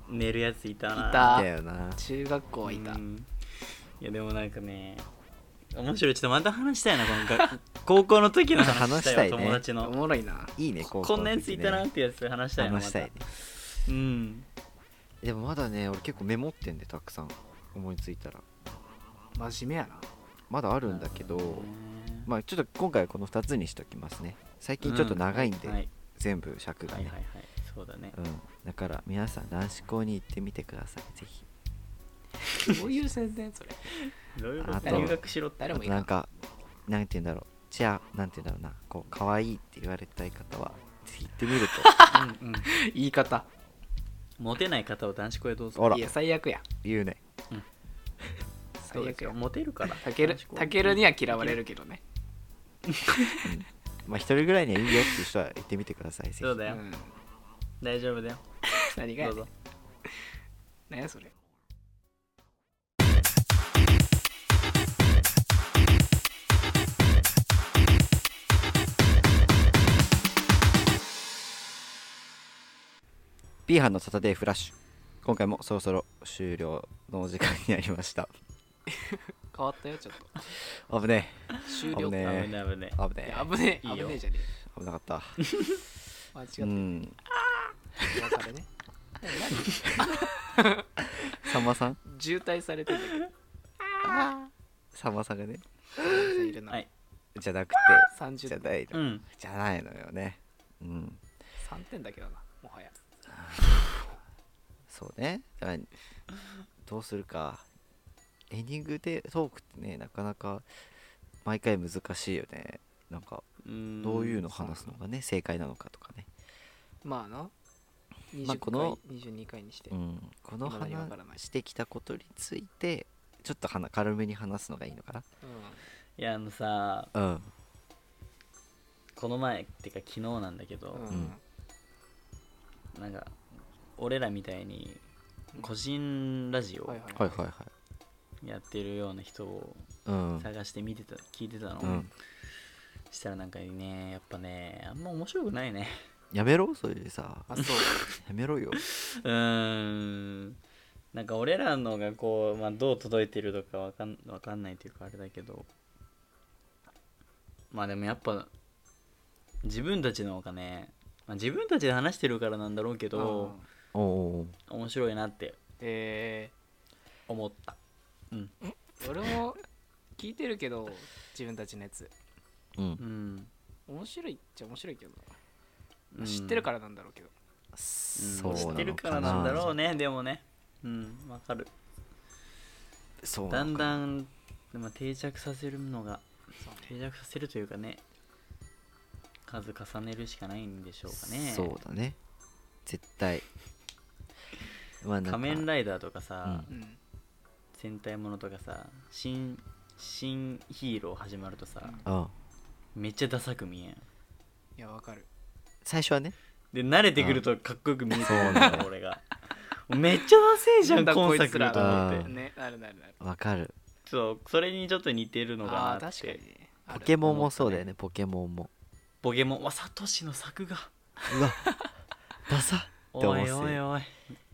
S3: 寝るやついたない
S2: たあ
S1: だよな
S2: 中学校はいた、
S3: うんいやでもなんかね面白いちょっとまた話したいなこのが高校の時の話したいわ
S1: 話したいね
S3: 友達
S2: お
S3: の
S2: もろいな、
S1: いいね高校
S3: こんなやついたな
S1: の
S3: っ
S1: 時ね
S3: てやつ話したいなま
S1: 話したたいね
S3: うん
S1: でもまだね俺結構メモってんでたくさん思いついたら
S2: 真面目やな
S1: まだあるんだけどまあちょっと今回はこの2つにしときますね最近ちょっと長いんで、
S3: はい
S1: 全部尺が
S3: は
S1: ね、
S3: いはいはいそうだね
S1: うん、だから皆さん男子校に行ってみてくださいぜひ
S2: どういう宣伝それ
S3: どういうこ
S1: あ
S3: と
S1: と
S3: 留学しろって
S2: 誰もいいか
S1: なんかなんて言うんだろうチアなんて言うんだろうなこう可愛いって言われたい方はぜひ行ってみる
S3: うんうん
S2: 言い方
S3: モテない方を男子校へどう
S1: と
S3: ぞ
S1: ほら
S2: いや最悪や
S1: 言うね
S2: 最悪
S3: よ
S2: や
S3: モテるから
S2: たける
S3: 男子校
S2: たけるには嫌われるけどね
S1: まあ一人ぐらいにはいいよっていう人は行ってみてくださいぜひ
S3: そうだ
S2: う
S3: よ
S2: ん
S3: 大丈夫だよ
S2: 何が
S3: ど
S2: やねん
S3: うぞ
S2: 何やそれ
S1: B 班のサタデーフラッシュ今回もそろそろ終了のお時間になりました
S2: 変わったよちょっ
S1: 危ね
S2: と終
S1: 危
S2: 了
S1: ね
S3: 危
S1: え
S3: ね危ね
S1: え危
S2: い
S1: ね
S2: や危ね え
S3: いい
S2: 危
S3: よ
S2: ねえじゃね
S1: え危なかった
S2: え間違っ
S1: う
S2: て
S1: ん
S2: る別れね
S1: さんまさん
S2: 渋滞されてるんだ
S1: さんまさんがね
S2: けどいるな、
S3: はい
S1: じゃなくてじゃ
S2: 30
S1: ないの、
S3: うん
S1: じゃないのよねうん
S2: 3点だけどなもはや
S1: そうねだからどうするかエンディングでトークってねなかなか毎回難しいよねなんか
S3: うん
S1: どういうの話すのがね正解なのかとかね、
S2: まあな
S1: まあ
S2: 20回、
S1: この
S2: 22回にして、
S1: うん、この
S2: 未
S1: 話
S2: だにわからない
S1: してきたことについてちょっとはな軽めに話すのがいいのか
S3: いやあのさ
S1: なうん
S3: この前ってか昨日なんだけど、
S2: うん
S1: うん
S3: なんか俺らみたいに個人ラジ
S2: はい
S3: オ
S2: は
S1: はい
S2: い
S1: はいはい
S3: やってるような人を
S1: うん
S3: 探して見てた聞いてたの、
S1: うん
S3: したらなんかねやっぱねあんま面白くないね
S1: やめろそういうさ
S2: あそう
S1: やめろよ
S3: うーんなんか俺らのがこう、まあ、どう届いてるとかわかんわかんないというかあれだけどまあでもやっぱ自分たちの方がね、まあ、自分たちで話してるからなんだろうけど
S2: うん
S1: おお
S3: 面白いなって
S2: え
S3: 思ったうん
S2: ー、俺も聞いてるけど自分たちのやつ
S1: うん
S3: うん
S2: 面白いっちゃ面白いけどな、まあ知ってるからなんだろうけど、
S1: そうなのか
S3: 知
S1: な
S3: ってるからなんだろうねでもねうんわかる
S1: そうな
S3: だ
S1: の
S3: ん
S1: かな
S3: だん、まあ、定着させるのが定着させるというかね数重ねるしかないんでしょうかね
S1: そうだね絶対まあなんか
S3: 仮面ライダーとかさ、
S1: う
S2: うん
S3: 戦隊ものとかさ新新ヒーロー始まるとさ、
S1: うん
S3: めっちゃダサく見えん
S2: いやわかる
S1: 最初はね
S3: で慣れてくるとかっこよく見えてくるん
S1: そうな
S3: だ
S1: の
S3: 俺がめっちゃダセえじゃん
S2: なんだ
S3: 今
S2: こいつ
S3: 作
S2: ら
S3: と思って
S1: うん
S2: ねなるなるなる
S1: わかる
S3: そうそれにちょっと似てるの
S2: あ
S3: が
S2: あ
S3: あっ
S2: 確かに
S3: て
S2: ね
S1: ポケモン
S3: 思
S1: も
S3: ったね
S1: そうだよねポケモンも
S3: ポケモンはサトシの作画
S1: う わダサっ
S3: お
S1: て思っ
S3: い
S1: てた
S3: おい
S1: よ
S3: おい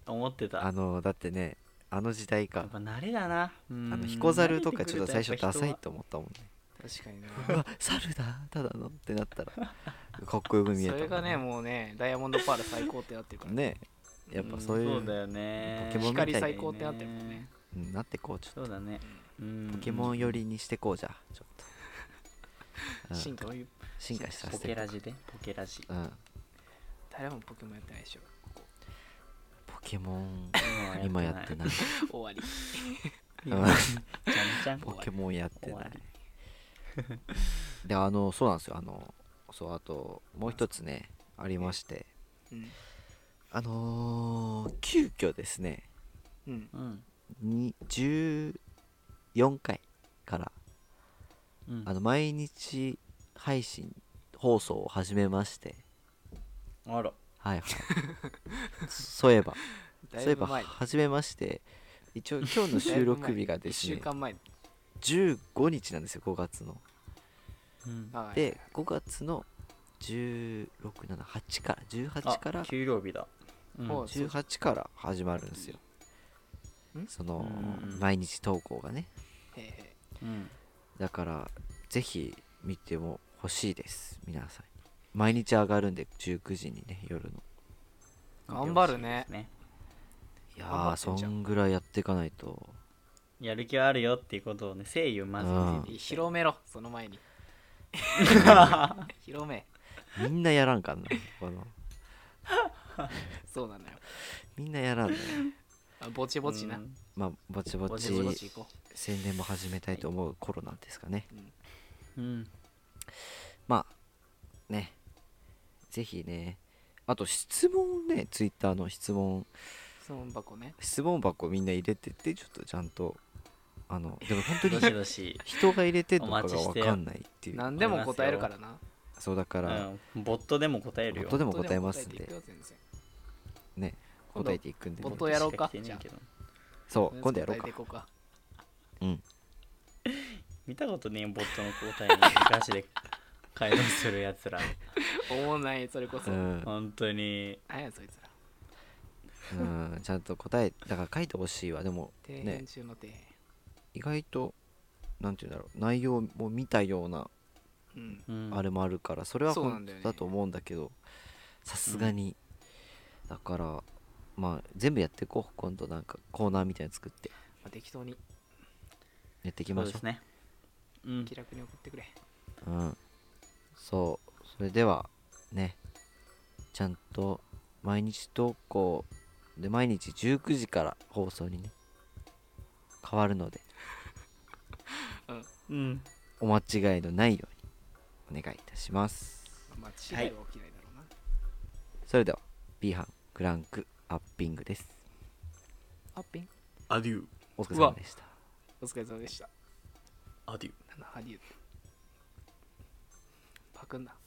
S3: 思ってた
S1: あのだってねあの時代
S3: や
S1: か
S3: っぱ慣れだなあ
S1: あの彦猿とかちょっと最初ダサいと思ったもんね
S2: ある確かに
S1: う
S2: な
S1: わ猿だただのってなったらかっこよく見えた
S2: それがねもうねダイヤモンドパール最高ってなってるからね
S1: ねやっぱそういう
S3: そうだよね
S1: ポケモンみたいに
S2: 光最高ってなってるもんね
S1: うんなってこうちょっと
S3: そうだね
S1: ポケモン
S3: よ
S1: 寄りにしてこうじゃちょっと、うん
S2: 進化を言う
S1: 進化さ
S3: ポ
S1: せて
S3: ケ
S1: いこ
S3: ラジでポケラジ
S1: ううん
S2: 誰もポケモンやってないでしょ
S1: ポケモン
S3: 今
S1: 今やってない
S2: 終わり
S1: うん
S3: じゃんじゃん
S1: ポケモンやってな
S3: 怖
S1: い
S3: い
S1: であのそうなんですよあのそうあともう一つねありまして
S2: うん
S1: あのー急遽ですね
S2: うん
S3: うん
S1: に14回から
S3: うん
S1: あの毎日配信放送を始めまして
S3: あら
S1: はいはいそういえば
S2: だ
S1: そういえ
S2: い
S1: ば
S2: ぶ前
S1: 初めまして一応今日の収録日が
S2: 1
S1: です
S2: 週
S1: ね
S2: 間前
S1: 15日なんですよ5月の
S3: うん
S2: はい
S1: で5月の1678から18から
S3: あ給料日だうん
S2: もう
S1: 18から始まるんですよ
S2: ん
S1: その
S3: うん
S1: 毎日投稿がね
S2: へえ
S3: うん
S1: だからぜひ見てもほしいです皆さん毎日上がるんで19時にね夜の
S2: 頑張るね
S3: ね
S1: いや
S2: 頑張
S1: ー
S2: ってん
S1: そ
S2: じゃん
S1: んぐらいやっていかないと
S3: やる気はあるよっていうことをね誠意をまず見せて
S2: 広めろその 前に広め
S1: みんなやらんかんな この
S2: そうなのよ
S1: みんなやらんのよ
S2: あぼちぼちな、
S3: うん
S1: まあぼちぼ
S3: ぼ
S1: ち
S3: ちぼ
S2: ぼち行こ
S1: 宣伝も始めたいと思う頃なんですかね
S3: うん
S1: まあねぜひねあと質問ねツイッターの質問
S2: う質問箱ね
S1: 質問箱みんな入れてってちょっとちゃんとあのでも本当
S3: どし
S1: に
S3: どし
S1: 人が入れてんのか
S3: お
S1: が
S3: 待ちし
S1: 分
S3: てよ
S1: かんないっていう
S2: 何でも答えるからな
S1: そうだから、
S3: うんボットでも答えるよ
S1: 音でも答えますん
S2: どう
S1: で
S2: でも答えていくよ全然
S1: ね
S2: 今度
S1: 答えていくんで、ね
S2: ボ、ットやろうか
S3: ボットし来てないけど
S1: そ
S2: とりあ
S1: う
S2: えず
S1: 今度やろう
S2: 答
S1: か
S2: えていこうか
S1: うん
S3: 見たことねえよボットの答えにガチで会話するやつら
S2: おもんないそれこそ、
S1: う
S2: なん、
S1: ん、
S3: 本当に
S2: 何やそいつら
S1: うん、ちゃんと答えだから書いてほしいわでも
S2: 底
S1: ね
S2: 辺中の底辺、
S1: 意外となんて言うんだろう内容も見たような
S2: うん
S3: うん
S1: あれもあるからそれは
S2: そうな
S1: 本
S2: んだよね
S1: 当だと思うんだけどさすがに、だからまあ全部やっていこう今度なんかコーナーみたいなの作って
S2: まあ、適当に
S1: やっていき
S3: そ
S1: ま
S3: う
S1: し
S3: で
S1: ょ
S3: す
S1: う
S3: ねうん
S2: 気楽に送ってくれ
S1: うんそうそれではねちゃんと毎日投稿で毎日19時から放送にね変わるので
S3: うん
S1: お間違いのないようにお願いいたします
S2: まあ間違いは起きないだろうな、
S1: それでは B 班クランクアッピングです
S2: アッピン
S3: アデュー
S1: お疲れ様でした
S2: お疲れ様でした
S3: アデュー
S2: なんだハリウッドパクんな